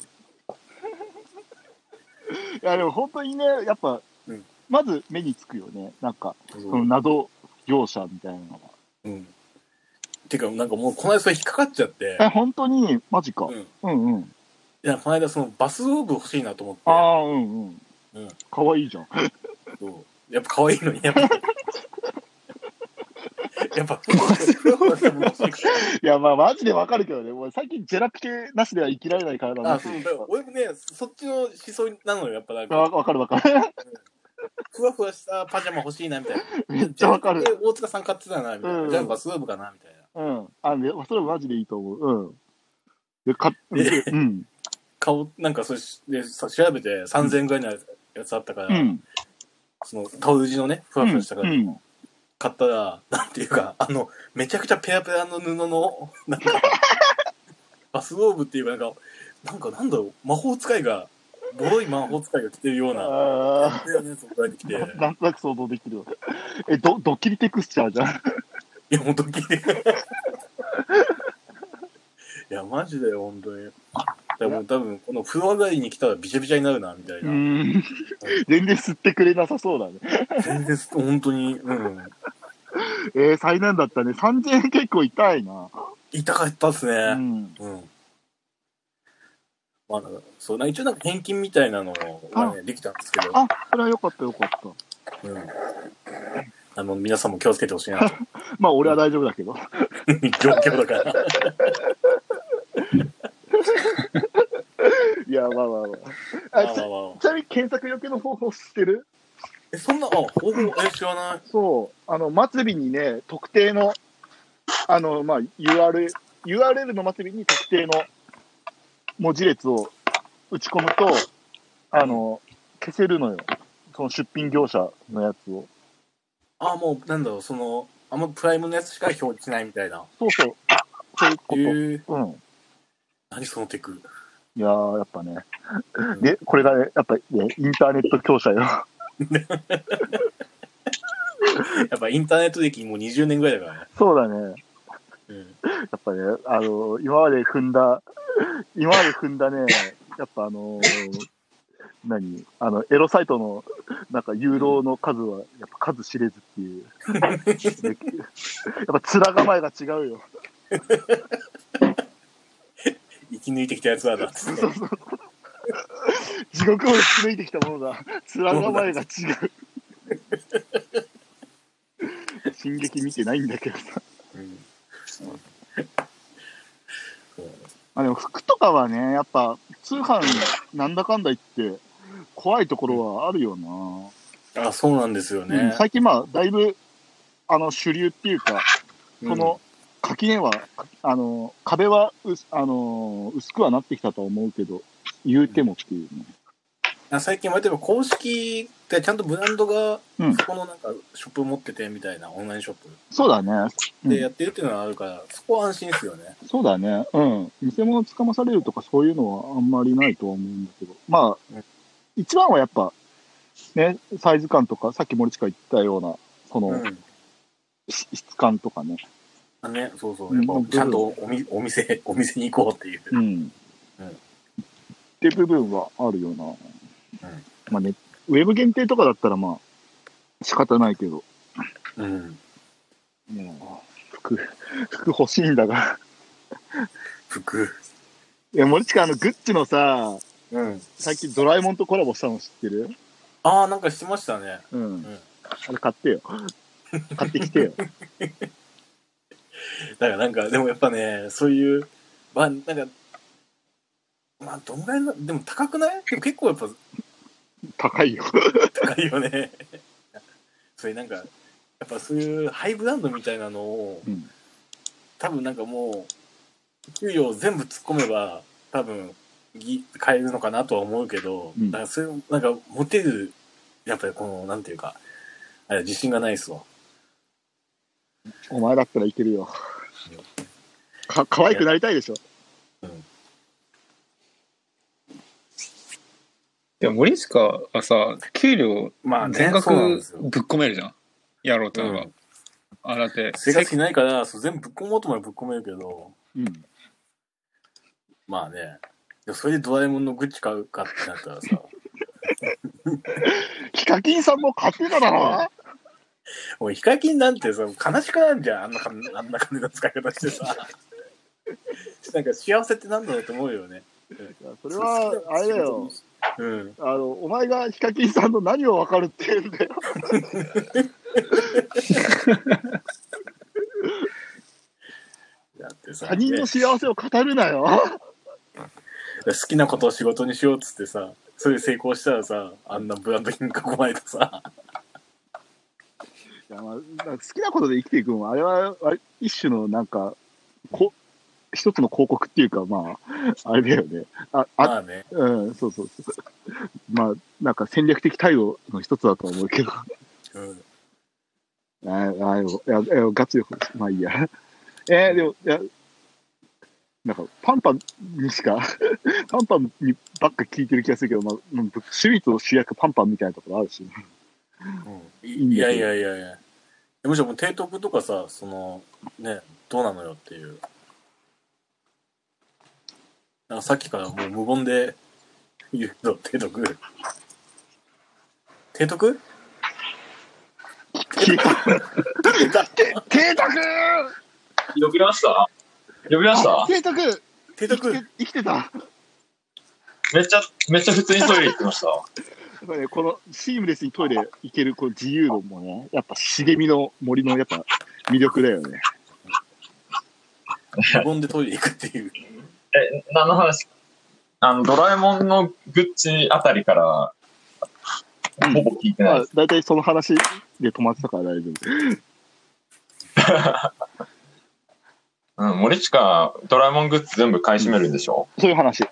[SPEAKER 3] や、でも本当にね、やっぱ、
[SPEAKER 1] うん
[SPEAKER 3] まず目につくよね。なんか、その謎業者みたいなの
[SPEAKER 1] うん。てか、なんかもう、この間それ引っかかっちゃって
[SPEAKER 3] が。え、、本当に、マジか。
[SPEAKER 1] うん。い
[SPEAKER 3] うんうん。
[SPEAKER 1] や、この間そのバスローブ欲しいなと思
[SPEAKER 3] あ
[SPEAKER 1] っ
[SPEAKER 3] あ、うんうん
[SPEAKER 1] うん。
[SPEAKER 3] かわいいじゃん。
[SPEAKER 1] て、そうやっぱ可愛いのに、 (laughs) やっぱ。やっぱ、フローブ欲しいから
[SPEAKER 3] いや、まあ、マジでわかるけどね、もう最近、ジェラピケなしでは生きられないからな
[SPEAKER 1] あ、そう、だから俺もね、そっちの思想なのよ、やっぱなん
[SPEAKER 3] わ
[SPEAKER 1] か、
[SPEAKER 3] わかるわかる。 (laughs)
[SPEAKER 1] ふわふわしたパジャマ欲しいな、みたいな。
[SPEAKER 3] めっちゃわかる
[SPEAKER 1] で。大塚さん買ってたな、みたい
[SPEAKER 3] うん
[SPEAKER 1] な。じゃあバスローブかな、みたいな。
[SPEAKER 3] うん。あ、でそれマジでいいと思う。うん。で、か、
[SPEAKER 1] え
[SPEAKER 3] うん。
[SPEAKER 1] 顔、なんかそれし、で、さ調べて3000円ぐらいのやつあったから、
[SPEAKER 3] うん。
[SPEAKER 1] そのタオル地のね、ふわふわしたから、
[SPEAKER 3] うん。
[SPEAKER 1] 買ったら、なんていうか、あの、めちゃくちゃペラペラの布の、なん
[SPEAKER 3] (laughs)
[SPEAKER 1] か、バスローブっていうか、なんか、なんかなんだろう、魔法使いが、ボロい魔法使いが着てるような、
[SPEAKER 3] あ
[SPEAKER 1] ペラペラのやつを送られてきて、い
[SPEAKER 3] ーなんとなく想像できるわ。え、ど、ドッキリテクスチャーじゃん。
[SPEAKER 1] や、もうドキリ。いや、マジだよ、本当に。でもう多分、この風呂上がりに来たらびちゃびちゃになるな、みたいな。
[SPEAKER 3] ん。全然吸ってくれなさそうだね。
[SPEAKER 1] 全然す、本当に、うん。
[SPEAKER 3] えー、災難だったね。3000円結構痛いな。
[SPEAKER 1] 痛かったっす
[SPEAKER 3] う
[SPEAKER 1] ね。
[SPEAKER 3] ん。
[SPEAKER 1] うん。まあ、そうな、一応なんか返金みたいなのがね、できたんですけど、
[SPEAKER 3] あ、それはよかったよかった。
[SPEAKER 1] うん。あの、皆さんも気をつけてほしいな (laughs) と。
[SPEAKER 3] まあ、俺は大丈夫だけど。
[SPEAKER 1] 状況だから。
[SPEAKER 3] いや、まあまあまあ。
[SPEAKER 1] まあ
[SPEAKER 3] あち
[SPEAKER 1] まあ
[SPEAKER 3] な
[SPEAKER 1] まあ
[SPEAKER 3] ちなみに検索予定の方法知ってる
[SPEAKER 1] え、そんな、あ、方法、え、知らない。
[SPEAKER 3] そう、あの、末尾にね、特定の、あの、まあ、URL、URL の末尾に特定の文字列を打ち込むと、あの、消せるのよ。その出品業者のやつを。
[SPEAKER 1] あ、もう、なんだろう、その、あんまプライムのやつしか表示しないみたいな。
[SPEAKER 3] そうそう。そういうこ
[SPEAKER 1] え
[SPEAKER 3] と。
[SPEAKER 1] ー、
[SPEAKER 3] うん。
[SPEAKER 1] 何そのテク。 (laughs)
[SPEAKER 3] いやー、やっぱね
[SPEAKER 1] ん。
[SPEAKER 3] で、これがね、やっぱ、ね、インターネット強者よ。
[SPEAKER 1] やっぱインターネット歴もう20年ぐらいだからね。
[SPEAKER 3] そうだね。
[SPEAKER 1] うん。
[SPEAKER 3] やっぱね、あの、今まで踏んだ、今まで踏んだね、やっぱあのー何あの、エロサイトの、なんか、誘導の数は、やっぱ数知れずって (laughs) いう。やっぱ、面構えが違うよ。
[SPEAKER 1] 生き抜いてきたやつらだっつって。
[SPEAKER 3] 地獄を貫いてきたものが、面構えが違う。進撃見てないんだけどさ。
[SPEAKER 1] うん。
[SPEAKER 3] まあでも服とかはね、やっぱ通販なんだかんだ言って怖いところはあるよな。
[SPEAKER 1] あ、そうなんですよ
[SPEAKER 3] うん
[SPEAKER 1] ね。
[SPEAKER 3] 最近まあだいぶあの主流っていうか、この垣根は、あの、壁はうすあの薄くはなってきたとは思うけど、言うてもっていうね。
[SPEAKER 1] うん、あ最近、例えば公式ってちゃんとブランドが、
[SPEAKER 3] うん
[SPEAKER 1] そこのなんかショップ持っててみたいな、オンラインショップ
[SPEAKER 3] そうだね。うん
[SPEAKER 1] でやってるっていうのはあるから、そこは安心ですよね。
[SPEAKER 3] そうだね。うん。偽物つかまされるとかそういうのはあんまりないとは思うんだけど。ま
[SPEAKER 1] う
[SPEAKER 3] あ
[SPEAKER 1] ん、
[SPEAKER 3] 一番はやっぱ、ね、サイズ感とか、さっき森近言ったような、その、
[SPEAKER 1] うん。
[SPEAKER 3] し質感とかね。
[SPEAKER 1] あね、そうそう。やっ
[SPEAKER 3] うん
[SPEAKER 1] ぱちゃんとおみお店、お店に行こうっていう。
[SPEAKER 3] うん。
[SPEAKER 1] うん
[SPEAKER 3] って部分はあるよな。
[SPEAKER 1] ん
[SPEAKER 3] まあね、ウェブ限定とかだったらまあ、仕方ないけど、
[SPEAKER 1] うん。
[SPEAKER 3] もう、服、服欲しいんだが。 (laughs)
[SPEAKER 1] 服。
[SPEAKER 3] いや、森近、あの、グッチのさ、
[SPEAKER 1] うん。
[SPEAKER 3] 最近ドラえもんとコラボしたの知ってる
[SPEAKER 1] ああ、なんかしてましたね。
[SPEAKER 3] うん。
[SPEAKER 1] ん
[SPEAKER 3] あれ買ってよ。買ってきてよ。 (laughs)
[SPEAKER 1] だからなんか、でもやっぱね、そういう、まあ、なんか、まあ、どんぐらいの、でも高くないでも結構やっぱ
[SPEAKER 3] 高いよ。
[SPEAKER 1] 高いよね。 (laughs) そういうなんか、やっぱそういうハイブランドみたいなのを、
[SPEAKER 3] うん
[SPEAKER 1] 多分なんかもう、給与を全部突っ込めば、多分、ぎ買えるのかなとは思うけど、
[SPEAKER 3] うん
[SPEAKER 1] だからそういう、なんか、モテる、やっぱりこの、なんていうか、あれ、自信がないっすわ。
[SPEAKER 3] お前だったらいけるよ。か、可愛くなりたいでしょ。
[SPEAKER 5] でも森近はさ、給料
[SPEAKER 1] まあね
[SPEAKER 5] 全額
[SPEAKER 1] そうなんですよ
[SPEAKER 5] ぶっ込めるじゃん。やろうと思えば。
[SPEAKER 1] うん
[SPEAKER 5] あ、だって、
[SPEAKER 1] 生活費ないから、そう全部ぶっ込もうと思えばぶっ込めるけど、
[SPEAKER 3] うん。
[SPEAKER 1] まあね。でもそれでドラえもんのグッチ買うかってなったらさ、 (laughs)
[SPEAKER 3] ヒカキンさんも買ってただろ
[SPEAKER 1] もうヒカキンなんてさ、悲しくなるじゃん、あんな金あんな金の使い方してさ。 (laughs) なんか幸せってなんだろうと思うよね。
[SPEAKER 3] いやそれは、あれだよ。。
[SPEAKER 1] うん。
[SPEAKER 3] あの、お前がヒカキンさんの何を分かるって言うんだよ。
[SPEAKER 1] だってさ、
[SPEAKER 3] 他人の
[SPEAKER 1] ね
[SPEAKER 3] 幸せを語るなよ。
[SPEAKER 1] 好きなことを仕事にしようっつってさ、それで成功したらさ、あんなブランド品に囲まれてさ、
[SPEAKER 3] いやまあ、なんか好きなことで生きていくもん、あれは、あれ一種のなんか、こ一つの広告っていうか、まあ、あれだよね。あ、あ、
[SPEAKER 1] まあね。
[SPEAKER 3] うん、そうそうそう。まあ、なんか戦略的態度の一つだとは思うけど。あ
[SPEAKER 1] うん。
[SPEAKER 3] あ、いや、いやいやガチで、まあいいや。えー、でも、いや、なんか、パンパンにしか、パンパンにばっか聞いてる気がするけど、まあ、うん趣味と主役パンパンみたいなところあるし、
[SPEAKER 1] うん
[SPEAKER 3] いん
[SPEAKER 1] いや
[SPEAKER 3] だけど
[SPEAKER 1] いやいやいや。むしろもう提督とかさ、その、ね、どうなのよっていう。なんかさっきからもう無言で言うけど、提督。提督
[SPEAKER 3] 聞消えた。ケイタくん
[SPEAKER 4] 呼びました呼びました
[SPEAKER 3] ケイタくん
[SPEAKER 1] 提
[SPEAKER 3] 生き
[SPEAKER 1] 督
[SPEAKER 3] て生きてた。や
[SPEAKER 4] めっちゃ、めっちゃ普通にトイレ行ってました。
[SPEAKER 3] っぱね、このシームレスにトイレ行けるこの自由論もね、やっぱ茂みの森のやっぱ魅力だよね。
[SPEAKER 1] 無言でトイレ行くっていう。
[SPEAKER 4] え、何の話あの、ドラえもんのグッチあたりか
[SPEAKER 3] う
[SPEAKER 4] ら、
[SPEAKER 3] ん
[SPEAKER 4] ほぼ聞いてない
[SPEAKER 3] ま
[SPEAKER 4] で
[SPEAKER 3] あ
[SPEAKER 4] す。、
[SPEAKER 3] 大体その話で止まってたから大丈夫。
[SPEAKER 4] うん、森近、ドラえもんグッズ全部買い占めるんでしょ、
[SPEAKER 3] そういう話。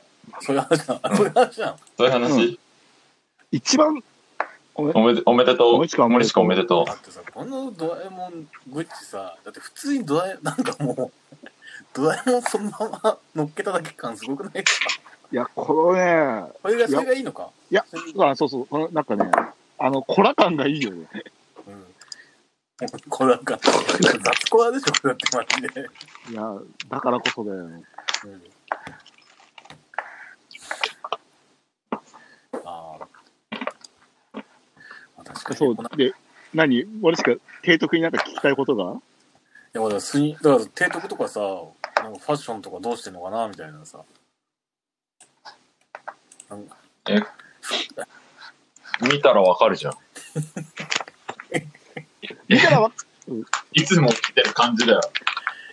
[SPEAKER 1] そういう話なの。そういう話なの。
[SPEAKER 4] そういう話、
[SPEAKER 3] うん一番、おめ
[SPEAKER 4] おめでおめでとう。
[SPEAKER 3] 森近おめでとう
[SPEAKER 4] 森近おめでと
[SPEAKER 1] だってさ、このドラえもんグッチさ、だって普通にドラえ、なんかもう、ドラえもんそのまま乗っけただけ感すごくないですか
[SPEAKER 3] いや、このね、
[SPEAKER 1] これが、それがいいのか。
[SPEAKER 3] いや
[SPEAKER 1] それ
[SPEAKER 3] あそうそう、このなんかね、あの、コラ感がいいよね。
[SPEAKER 1] うん。これなんか、雑コアでしょ、これだってマジで。
[SPEAKER 3] いや、だからこそだよね。
[SPEAKER 1] うんあーまあ。確かに。
[SPEAKER 3] そう
[SPEAKER 1] こんな、
[SPEAKER 3] で、何俺しか、提督になんか聞きたいことが
[SPEAKER 1] いや、まだスニだから、提督とかさ、なんかファッションとかどうしてんのかな、みたいなさ。なんか
[SPEAKER 4] う。見たらわかるじゃ (laughs) ん。
[SPEAKER 3] 見たらわ、
[SPEAKER 4] (laughs) いつも来てる感じだよ。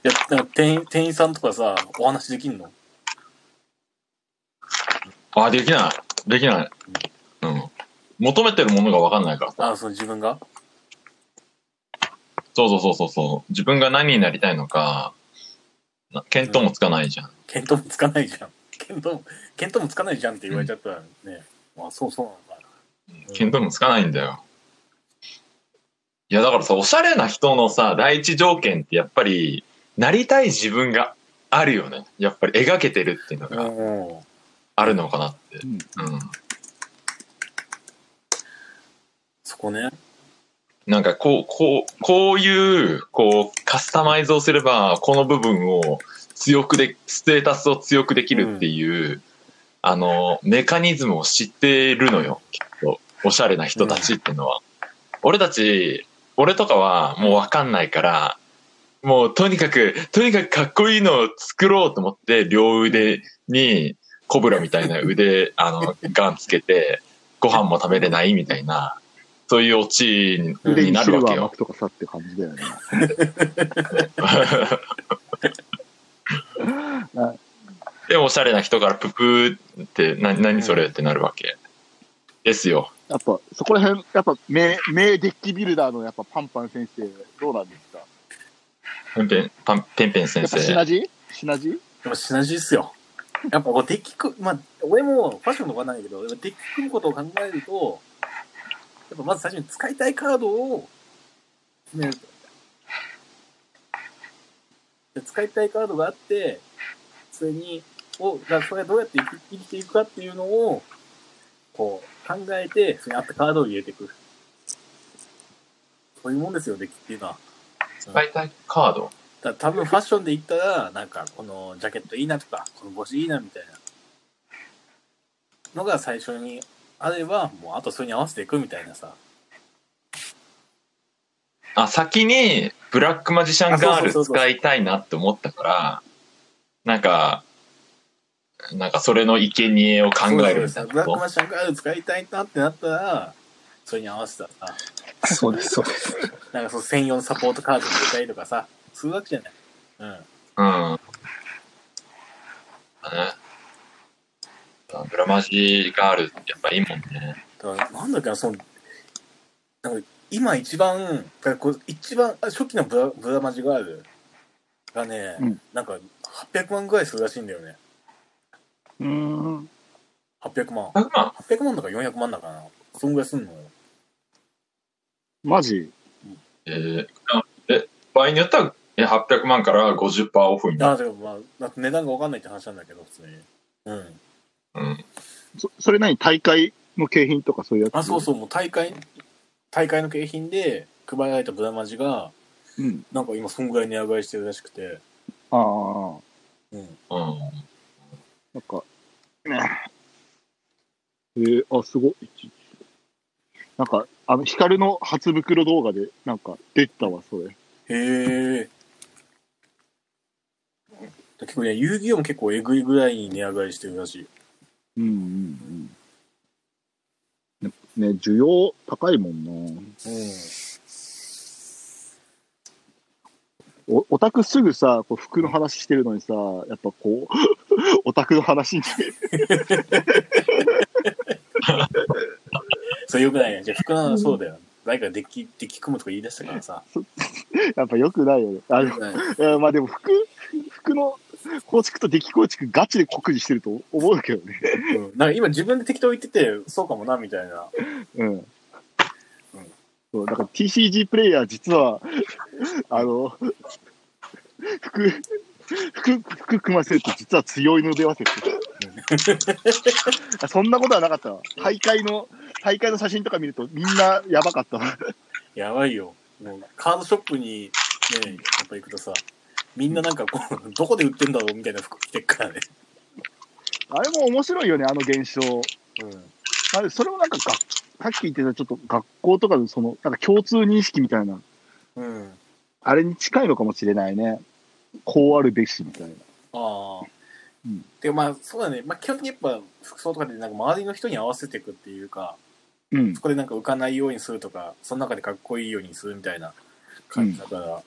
[SPEAKER 1] いや、なんか店員、店員さんとかさ、お話できんの
[SPEAKER 4] あ、できない。できない。うん。求めてるものがわかんないからさ。
[SPEAKER 1] あ、その自分が
[SPEAKER 4] そうそうそうそうそう。自分が何になりたいのか、な見当もつかないじゃん。
[SPEAKER 1] 見当もつかないじゃん。見当も、見当もつかないじゃんって言われちゃったらね。あ、そうそうなのかうん
[SPEAKER 4] 見当もつかないんだよ。いや、だからさ、おしゃれな人のさ、第一条件ってやっぱり、なりたい自分があるよね。やっぱり描けてるっていうの
[SPEAKER 1] な。
[SPEAKER 4] が
[SPEAKER 1] うん。
[SPEAKER 4] あるのかなって。
[SPEAKER 3] うん
[SPEAKER 4] うん
[SPEAKER 1] そこね。
[SPEAKER 4] なんかこう、こう、こういう、こう、カスタマイズをすれば、この部分を強くで、ステータスを強くできるっていう、あの、メカニズムを知ってるのよ、きっと。おしゃれな人たちってのは。俺たち、俺とかはもうわかんないから、もうとにかく、とにかくかっこいいのを作ろうと思って、両腕にコブラみたいな腕、あの、ガンつけて、ご飯も食べれないみたいな、そういうオチに
[SPEAKER 1] うん
[SPEAKER 3] 腕
[SPEAKER 4] に
[SPEAKER 3] に
[SPEAKER 4] な
[SPEAKER 3] シ
[SPEAKER 4] る
[SPEAKER 3] ル
[SPEAKER 4] わ
[SPEAKER 3] バー
[SPEAKER 4] けよ
[SPEAKER 3] 巻。くとかさって感じだよね。
[SPEAKER 4] で、おしゃれな人からププーって、な、何それってなるわけ。ですよ。
[SPEAKER 3] やっぱ、そこら辺、やっぱ名、名デッキビルダーのやっぱパンパン先生、どうなんですか
[SPEAKER 4] ペンペン、パンペンペン
[SPEAKER 3] や
[SPEAKER 4] 先
[SPEAKER 3] っぱシナ
[SPEAKER 4] 生。
[SPEAKER 3] ジーシナジー
[SPEAKER 1] やっぱシナジーっすよ。やっぱこう、できく、まあ、俺もファッションとかないけど、できることを考えると、やっぱまず最初に使いたいカードを決めると。で使いたいカードがあって、それに、を、がそれがどうやって生き生きていくかっていうのを、こう、考えて、それに合ったカードを入れていく。そういうもんですよ、デッキっていうのは。
[SPEAKER 4] 使いたいカード。
[SPEAKER 1] だから多分ファッションで言ったら、なんか、このジャケットいいなとか、この帽子いいなみたいなのが最初にあれば、もうあとそれに合わせていくみたいなさ。
[SPEAKER 4] あ、先に、ブラックマジシャンガー
[SPEAKER 1] あそうそうそう
[SPEAKER 4] ル
[SPEAKER 1] そう
[SPEAKER 4] 使いたいなって思ったから、なんか、なんかそれの生贄を考えるみた
[SPEAKER 1] そうそうそう
[SPEAKER 4] い
[SPEAKER 1] ブラ
[SPEAKER 4] な
[SPEAKER 1] ック
[SPEAKER 4] こ
[SPEAKER 1] マシャンガール使いたいなってなったら、それに合わせたらさ、
[SPEAKER 5] そうです、そうです。
[SPEAKER 1] なんかその専用のサポートカードに入れたりとかさ、するわけじゃない。うん。
[SPEAKER 4] と。うん。だね。あブラマジガール、やっぱいいもんね。
[SPEAKER 1] だからなんだっけなそのなんか今一番だからこう一番あ初期のブラブラマジガールがね、
[SPEAKER 3] うん
[SPEAKER 1] なんか800万ぐらいするらしいんだよね
[SPEAKER 3] うん。
[SPEAKER 1] 800万
[SPEAKER 4] 100万
[SPEAKER 1] 800万だか400万だかなそんぐらいすんのよ
[SPEAKER 3] マジ
[SPEAKER 4] えーあえ、場合によっては、え800万から50%オフになる。
[SPEAKER 1] あでもまあなんか値段が分かんないって話なんだけど普通にうん
[SPEAKER 4] うん。
[SPEAKER 3] そそれ何大会の景品とかそういうやつ
[SPEAKER 1] あそうそうもう大会大会の景品で配られたブラマジが
[SPEAKER 3] う。うん。
[SPEAKER 1] なんか今そんぐらい値上がりしてるらしくて
[SPEAKER 3] ああ、
[SPEAKER 1] うん
[SPEAKER 4] うん。
[SPEAKER 3] なんか、ねえー、あ、すごい。なんか、あの、ヒカルの初袋動画で、なんか、出てたわ、それ。
[SPEAKER 1] へえ。結構ね、遊戯王も結構えぐいぐらいに値上がりしてるらしい。
[SPEAKER 3] うんうんうん。ね、需要高いもんな。
[SPEAKER 1] う
[SPEAKER 3] おオタクすぐさ、こう服の話してるのにさ、やっぱこう、 (laughs) オタクの話に、
[SPEAKER 1] ん。それよくないね。じゃあ、福永はそうだよ。誰かデッキ、デッキ組むとか言い出したからさ。
[SPEAKER 3] やっぱ良くないよね。あ
[SPEAKER 1] よ
[SPEAKER 3] の
[SPEAKER 1] くない
[SPEAKER 3] いやまあでも服、服の構築と出来構築ガチで酷似してると思うけどね。
[SPEAKER 1] うんなんか今自分で適当言ってて、そうかもな、みたいな。
[SPEAKER 3] うん。そう、だから TCG プレイヤー実は、あの、服、服、服組ませると実は強いのでは説。あそんな (laughs) ことはなかったわ。大会の、大会の写真とか見るとみんなやばかったわ。 (laughs)
[SPEAKER 1] やばいよ。もう、カードショップに、ね、やっぱ行くとさ、みんななんかこう、どこで売ってんだろうみたいな服着 (laughs) てっからね。
[SPEAKER 3] あれも面白いよね、あの現象。
[SPEAKER 1] うん。
[SPEAKER 3] あれ、それもなんかが、さっき言ってたちょっと学校とかのその、なんか共通認識みたいな、
[SPEAKER 1] うん。
[SPEAKER 3] あれに近いのかもしれないね。こうあるべしみたいな。
[SPEAKER 1] ああ。
[SPEAKER 3] うん
[SPEAKER 1] でまあそうだね、まあ、基本的にやっぱ服装とかでなんか周りの人に合わせていくっていうか
[SPEAKER 3] うん
[SPEAKER 1] そ。こでなんか浮かないようにするとかその中でかっこいいようにするみたいな感じだから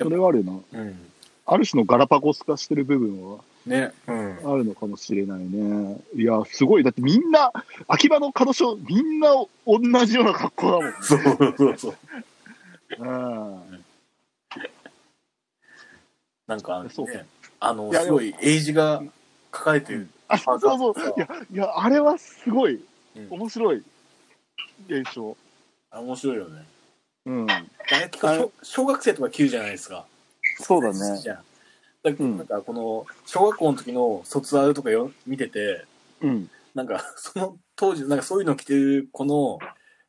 [SPEAKER 3] それはあるよな。
[SPEAKER 1] うん、
[SPEAKER 3] ある種のガラパゴス化してる部分は
[SPEAKER 1] ねうん
[SPEAKER 3] あるのかもしれないね。いや、すごい。だってみんな、秋葉の彼女、みんな同じような格好だもん。
[SPEAKER 1] (laughs) そうそうそう
[SPEAKER 3] うん。
[SPEAKER 1] なんかあの,、
[SPEAKER 3] そう
[SPEAKER 1] ね、あの
[SPEAKER 3] いや
[SPEAKER 1] すごい英字が書かれてる
[SPEAKER 3] あ、そうそう。
[SPEAKER 1] そう
[SPEAKER 3] いや、いや、あれはすごい
[SPEAKER 1] うん。
[SPEAKER 3] 面白い。現象。
[SPEAKER 1] あ面白いよね
[SPEAKER 3] うん。
[SPEAKER 1] あれ結構小小学生とか級じゃないですか
[SPEAKER 3] そうだ
[SPEAKER 1] 好
[SPEAKER 3] ね
[SPEAKER 1] き。じゃんだから
[SPEAKER 3] うん
[SPEAKER 1] なんかこの小学校の時の卒アルとかよ見てて、
[SPEAKER 3] うん。
[SPEAKER 1] なんか、 (laughs) その当時、なんかそういうの着てる、この、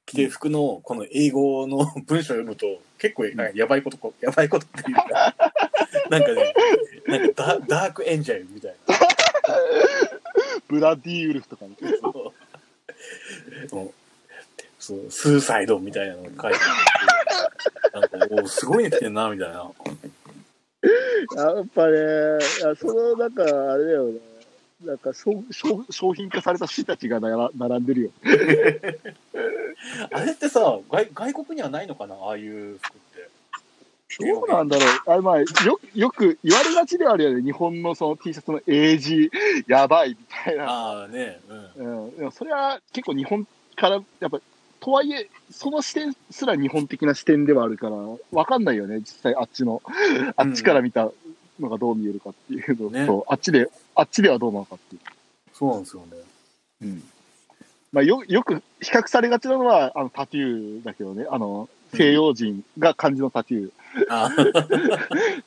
[SPEAKER 1] 着てる服の、この英語の (laughs) 文章を読むと、結構、なんかやばいことこ、やばいことっていうか、 (laughs) なんかね、なんかダダークエンジェルみたいな。
[SPEAKER 3] ブラディウルフとかね。
[SPEAKER 1] そうもう (laughs) そうスーサイドみたいなのを書いてあるなんか、おーすごいね着てんな、みたいな。
[SPEAKER 3] やっぱね、いやそのなんかあれだよね、なんか商商商品化された人たちがなら並んでるよ。
[SPEAKER 1] あれってさ、外外国にはないのかな、ああいう服って。
[SPEAKER 3] どうなんだろう、あれまあ、よよく言われがちではあるよね、日本のその T シャツの英字、やばいみたいな。
[SPEAKER 1] ああね、うん。
[SPEAKER 3] うん、でもそれは結構日本から、やっぱ、とはいえ、その視点すら日本的な視点ではあるから、わかんないよね、実際あっちの、あっちから見たのがどう見えるかっていうのと、
[SPEAKER 1] ね
[SPEAKER 3] あっちで、あっちではどうなのかっていう。
[SPEAKER 1] そうなんですよね。
[SPEAKER 3] まあ、よよく比較されがちなのはあのタトゥーだけどねあの西洋人が漢字のタトゥー
[SPEAKER 1] ああ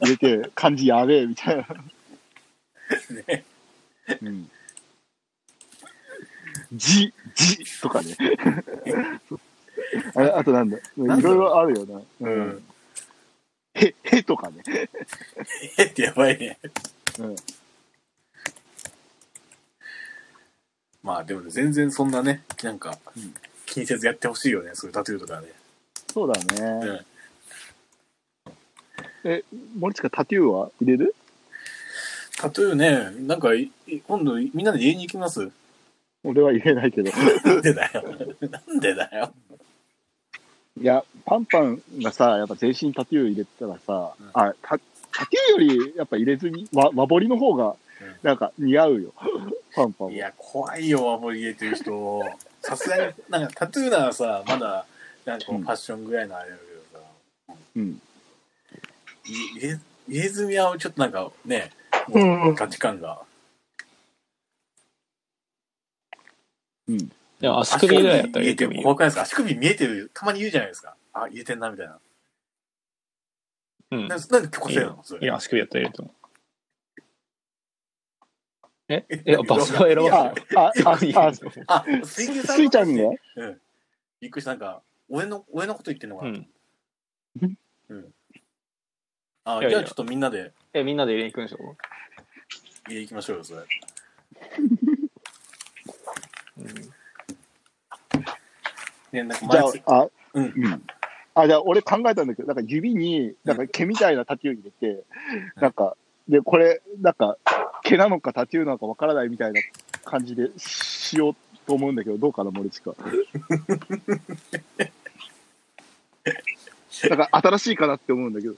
[SPEAKER 3] 入れて漢字やべえみたいな、
[SPEAKER 1] ね
[SPEAKER 3] うん、字字とかねああとなんだいろ
[SPEAKER 1] ん
[SPEAKER 3] い
[SPEAKER 1] だろう
[SPEAKER 3] ろあるよな、
[SPEAKER 1] う
[SPEAKER 3] うん
[SPEAKER 1] ん。
[SPEAKER 3] へへとかね
[SPEAKER 1] えってやばいね。
[SPEAKER 3] うん
[SPEAKER 1] まあでもね全然そんなね、なんか
[SPEAKER 3] うん、
[SPEAKER 1] 気にせずやってほしいよね、そういうタトゥーとかね。
[SPEAKER 3] そうだね、
[SPEAKER 1] うん
[SPEAKER 3] え森近タトゥーは入れる
[SPEAKER 1] タトゥーね、なんかい、い今度みんなで家に行きます
[SPEAKER 3] 俺は入れないけど
[SPEAKER 1] なんでだよ。なんでだよ。
[SPEAKER 3] いや、パンパンがさ、やっぱ全身タトゥー入れてたらさ、
[SPEAKER 1] うん
[SPEAKER 3] あタ、タトゥーよりやっぱ入れずに、和和彫りの方が
[SPEAKER 1] うん、
[SPEAKER 3] なんか似合うよ、パンパン
[SPEAKER 1] い
[SPEAKER 3] は。
[SPEAKER 1] や、怖いよ、アボリゲという人。 (laughs) さすがに、なんかタトゥーならさ、まだ、なんかこう
[SPEAKER 3] うん
[SPEAKER 1] ファッションぐらいのあれだけどさ、
[SPEAKER 3] うん。
[SPEAKER 1] い入れ入れ墨はちょっとなんかね、
[SPEAKER 3] うんうん
[SPEAKER 1] 価値観が。
[SPEAKER 2] でも足首ぐらいやった
[SPEAKER 1] 入
[SPEAKER 2] ら
[SPEAKER 1] れ
[SPEAKER 2] 入
[SPEAKER 1] て
[SPEAKER 2] れて
[SPEAKER 1] も
[SPEAKER 2] もいい
[SPEAKER 1] 怖
[SPEAKER 2] よ。
[SPEAKER 1] くないですか足首見えてる、たまに言うじゃないですか。あ、入れてんな、みたいな。
[SPEAKER 2] うん
[SPEAKER 1] な。なんで個性なのそ
[SPEAKER 2] い
[SPEAKER 1] れ。
[SPEAKER 2] や、足首やったら入れても。え
[SPEAKER 1] え
[SPEAKER 2] え、場所を選
[SPEAKER 1] いや
[SPEAKER 2] ば
[SPEAKER 3] あ、あ、あ、
[SPEAKER 2] せる。
[SPEAKER 3] あ、
[SPEAKER 1] あ、
[SPEAKER 3] す
[SPEAKER 1] 水牛さん
[SPEAKER 3] いちゃんが
[SPEAKER 1] うん。びっくりした。なんか、俺の、俺のこと言ってんのか
[SPEAKER 2] う
[SPEAKER 1] な、
[SPEAKER 2] ん。
[SPEAKER 1] あ、
[SPEAKER 2] いやいや
[SPEAKER 1] じゃあちょっとみんなで
[SPEAKER 2] え、みんなで入れに行くんでしょ
[SPEAKER 1] 家行きましょうよ、それ。
[SPEAKER 2] うん
[SPEAKER 1] ね、なんか
[SPEAKER 3] じゃ
[SPEAKER 1] 毎月
[SPEAKER 3] あ、あ、
[SPEAKER 1] うん
[SPEAKER 3] あ、じゃあ俺考えたんだけど、なんか指に、なんか毛みたいなタトゥー入れて、なんか、で、これ、なんか、毛なのかタトゥーなのかわからないみたいな感じでしようと思うんだけど、どうかな、
[SPEAKER 1] (laughs)
[SPEAKER 3] 森近。なんか新しいかなって思うんだけど。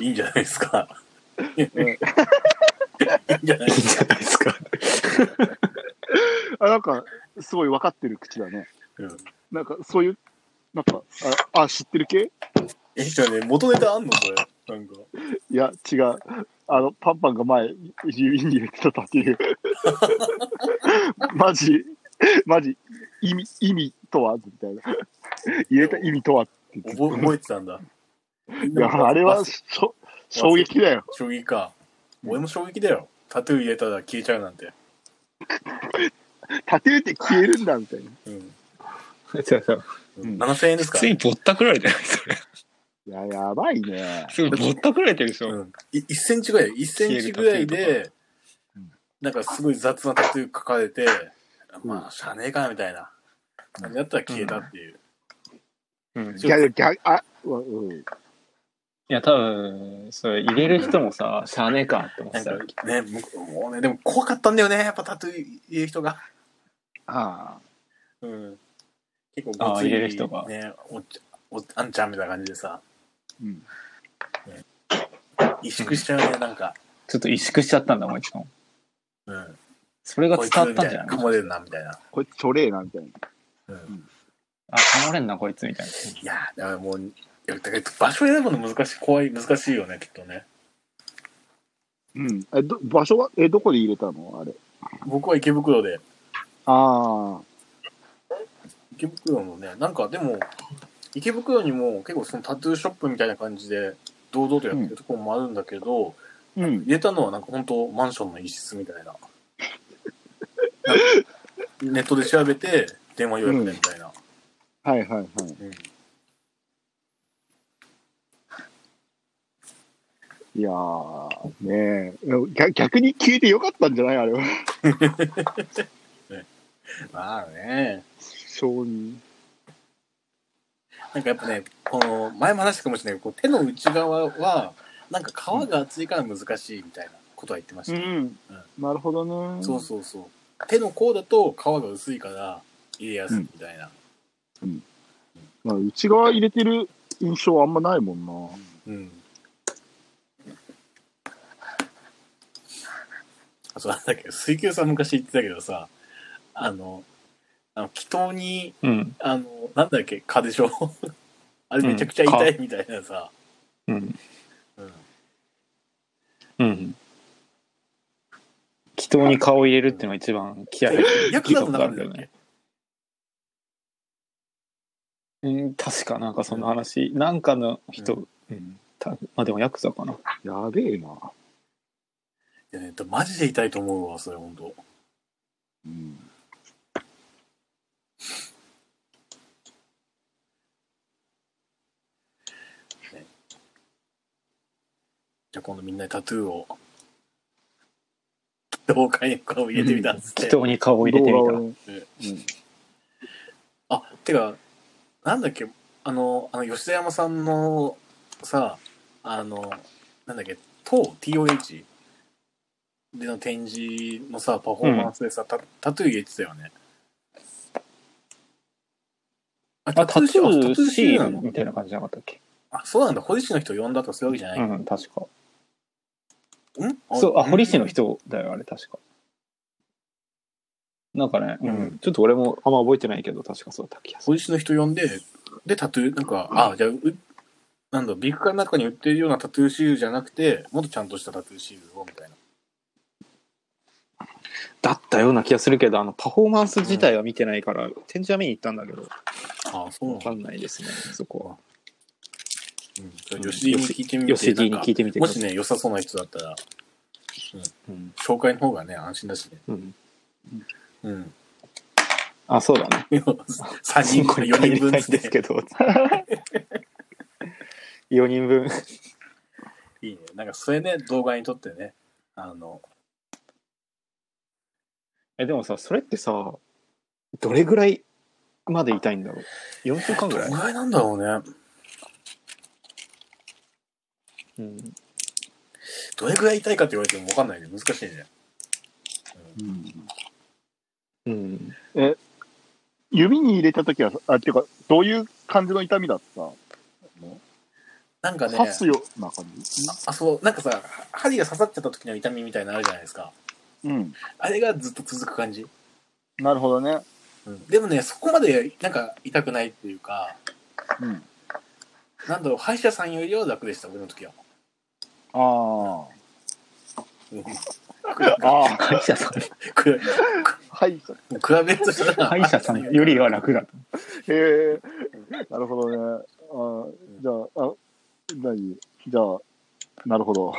[SPEAKER 1] いいんじゃないですか。
[SPEAKER 3] うん
[SPEAKER 1] いいんじゃないですか。
[SPEAKER 2] ですか。
[SPEAKER 3] あ、なんか、すごい分かってる口だね。
[SPEAKER 1] うん
[SPEAKER 3] なんか、そういう、なんか、あ、あ知ってる系
[SPEAKER 1] え、じゃあね、元ネタあんのこれ。なんか。
[SPEAKER 3] いや、違う。あの、パンパンが前、指に入れてたっていう。 (laughs) マジ、マジ、意味、意味とはみたいな。入れた意味とはって言って
[SPEAKER 1] 覚え覚えてたんだ。
[SPEAKER 3] いや、あれは、しょ衝撃だよ。
[SPEAKER 1] 衝撃か。俺も衝撃だよ。タトゥー入れたら消えちゃうなんて。
[SPEAKER 3] タトゥーって消えるんだ、みたいな。
[SPEAKER 1] うん。
[SPEAKER 5] そうそう
[SPEAKER 3] うん
[SPEAKER 1] 7000円です
[SPEAKER 5] 普
[SPEAKER 1] か
[SPEAKER 5] 通にぼったくられてないそれ。
[SPEAKER 3] いや、やばいね。
[SPEAKER 5] すごいぼったくられてるでしょ。
[SPEAKER 1] うん。い1センチぐらい、1センチぐらい
[SPEAKER 5] 消え
[SPEAKER 1] で、なんかすごい雑なタトゥー書かれて、まあ、しゃあねえかなみたいな感じだったら消えたっていう。
[SPEAKER 5] うん
[SPEAKER 3] いや、いや逆、あ、うん。
[SPEAKER 2] いや、多分、それ入れる人もさ、しゃあねえかって思っ
[SPEAKER 1] な
[SPEAKER 2] て
[SPEAKER 1] ん
[SPEAKER 2] た
[SPEAKER 1] か
[SPEAKER 2] よ。
[SPEAKER 1] ね、もうもうね、でも怖かったんだよね、やっぱタトゥー入れる人が。
[SPEAKER 3] ああ。
[SPEAKER 1] うん。結構
[SPEAKER 2] あー
[SPEAKER 1] ごつい
[SPEAKER 2] 入れる人が
[SPEAKER 1] ね、おっちおっあんちゃんみたいな感じでさ、
[SPEAKER 3] うん。
[SPEAKER 1] 萎縮しちゃうね、なんか。
[SPEAKER 2] ちょっと萎縮しちゃったんだ、もう一度。
[SPEAKER 1] うん。
[SPEAKER 2] それが
[SPEAKER 1] こ
[SPEAKER 2] 伝
[SPEAKER 1] いつ
[SPEAKER 2] わっ
[SPEAKER 1] み
[SPEAKER 2] た
[SPEAKER 1] た
[SPEAKER 2] んじ
[SPEAKER 1] いな。
[SPEAKER 2] ゃな
[SPEAKER 1] か
[SPEAKER 2] い
[SPEAKER 1] もれるな、みたいな。
[SPEAKER 3] これ、ちょれえな、みたいな。
[SPEAKER 2] あ、かまれんな、こいつ、みたいな。
[SPEAKER 1] いやー、だからもう、いやだから場所選ぶの難しい、怖い、難しいよね、きっとね。
[SPEAKER 3] うん。え、ど、場所は、え、どこで入れたのあれ。
[SPEAKER 1] 僕は池袋で。
[SPEAKER 3] ああ。
[SPEAKER 1] 池袋のね、なんかでも、池袋にも結構そのタトゥーショップみたいな感じで、堂々とやってるところもあるんだけど、
[SPEAKER 3] うん。
[SPEAKER 1] 入れたのはなんか本当マンションの一室みたいな。 (laughs) なんかネットで調べて、電話予約でみたいな。
[SPEAKER 3] はいはいはい。
[SPEAKER 1] うん
[SPEAKER 3] いやー、ねえ逆、逆に消えてよかったんじゃないあれは。 (laughs)
[SPEAKER 1] まあね。
[SPEAKER 3] 承認。
[SPEAKER 1] なんかやっぱね、この、前も話したかもしれないけど、こう手の内側は、なんか皮が厚いから難しいみたいなことは言ってました。
[SPEAKER 3] ん。なるほどね。
[SPEAKER 1] そうそうそう。手の甲だと皮が薄いから入れやすいみたいな。
[SPEAKER 3] まあ、内側入れてる印象はあんまないもん
[SPEAKER 1] う
[SPEAKER 3] な。
[SPEAKER 1] ん。あそうなんだっけど、水球さん昔言ってたけどさ、あの、あの祈祷に、
[SPEAKER 2] うん。
[SPEAKER 1] あの、なんだっけ、蚊でしょ (laughs) あれめちゃくちゃ痛いみたいなさ。
[SPEAKER 2] うん。
[SPEAKER 1] うん。
[SPEAKER 2] うん。祈祷に顔を入れるっていうのが一番気合い入ってる。
[SPEAKER 1] 役だとなかったよね。
[SPEAKER 2] うん、確かなんかその話、なんかの
[SPEAKER 1] う
[SPEAKER 2] 人、うん。たまあでもヤクザかな。
[SPEAKER 3] やべえな。
[SPEAKER 1] いやね、マジで痛いと思うわ、それ、本当
[SPEAKER 3] うん。
[SPEAKER 1] じゃあ今度みんなでタトゥーを、どうかに顔を入れてみたっつって
[SPEAKER 2] 祈。祷に顔を入れてみ
[SPEAKER 3] 動
[SPEAKER 2] た
[SPEAKER 3] 画。をね
[SPEAKER 1] あ、てか、なんだっけ、あの、あの、吉田山さんの、さ、あの、なんだっけ、TOH TOH での展示のさ、パフォーマンスでさ、タタトゥー入れてたよね。あ、
[SPEAKER 2] あ、タトゥ
[SPEAKER 1] あタトゥ
[SPEAKER 2] ー
[SPEAKER 1] ー C
[SPEAKER 2] C
[SPEAKER 1] なの
[SPEAKER 2] みたいな感じじゃなかったっけ
[SPEAKER 1] あ、そうなんだ。堀市の人呼んだとかそういうわけじゃない。
[SPEAKER 2] うん、確か。
[SPEAKER 1] ん
[SPEAKER 2] そう、あ、堀市の。
[SPEAKER 1] ん
[SPEAKER 2] 人だよ、あれ、確か。なんかね、う、
[SPEAKER 1] うん
[SPEAKER 2] ちょっと俺もあんま覚えてないけど、確かそうだった気がする。
[SPEAKER 1] 堀市の人呼んで、で、タトゥー、なんか、あ、じゃあ、うなんだ、ビッグカーの中に売ってるようなタトゥーシールじゃなくて、もっとちゃんとしたタトゥーシールを、みたいな。
[SPEAKER 2] だったような気がするけど、あの、パフォーマンス自体は見てないから、展示は見に行ったんだけど、
[SPEAKER 1] あそう
[SPEAKER 2] わかんないですね、そこは。
[SPEAKER 1] うんそれ吉 D に聞いてみて、
[SPEAKER 2] 吉 D
[SPEAKER 1] な
[SPEAKER 2] に
[SPEAKER 1] んか
[SPEAKER 2] 聞いてみてく
[SPEAKER 1] も
[SPEAKER 2] だ
[SPEAKER 1] し
[SPEAKER 2] さい。
[SPEAKER 1] ね、良さそうな人だったら、
[SPEAKER 2] うん
[SPEAKER 1] 紹介の方がね、安心だしね。
[SPEAKER 2] うん、
[SPEAKER 1] うん。
[SPEAKER 2] あ、そうだね。
[SPEAKER 1] 3人
[SPEAKER 2] こ
[SPEAKER 1] か
[SPEAKER 2] れ
[SPEAKER 1] 4人分
[SPEAKER 2] で
[SPEAKER 1] っつっ
[SPEAKER 2] す
[SPEAKER 1] て。
[SPEAKER 2] けど。4人分。
[SPEAKER 1] (laughs) いいね。なんか、それね、動画に撮ってね、あの、
[SPEAKER 2] え、でもさ、それってさ、どれぐらいまで痛いんだろう。4週間ぐ
[SPEAKER 1] ど
[SPEAKER 2] ら
[SPEAKER 1] れ
[SPEAKER 2] い
[SPEAKER 1] ぐ。らいなんだろうね。
[SPEAKER 2] うん。
[SPEAKER 1] どれぐらい痛いかって言われても分かんないけど、難しいね。
[SPEAKER 2] うん。
[SPEAKER 3] 指に入れた時は、あ、っていうか、どういう感じの痛みだった
[SPEAKER 1] なんかね、
[SPEAKER 3] 刺すような感じ。
[SPEAKER 1] あ、そう、なんかさ、針が刺さっちゃった時の痛みみたいなのあるじゃないですか。
[SPEAKER 3] うん。
[SPEAKER 1] あれがずっと続く感じ。
[SPEAKER 3] なるほどね。
[SPEAKER 1] でもね、そこまでなんか痛くないっていうか、
[SPEAKER 3] うん。
[SPEAKER 1] なんだろう、歯医者さんよりは楽でした、俺の時は。
[SPEAKER 3] あ
[SPEAKER 1] うん
[SPEAKER 3] あ。ああ。
[SPEAKER 5] 歯医者さん。
[SPEAKER 1] (laughs) く比
[SPEAKER 3] はい。
[SPEAKER 1] べるとしたら。
[SPEAKER 5] 歯医者さんよりは楽だと。
[SPEAKER 3] へえ。なるほどね。あじゃあ、あ、何じゃあ、なるほど。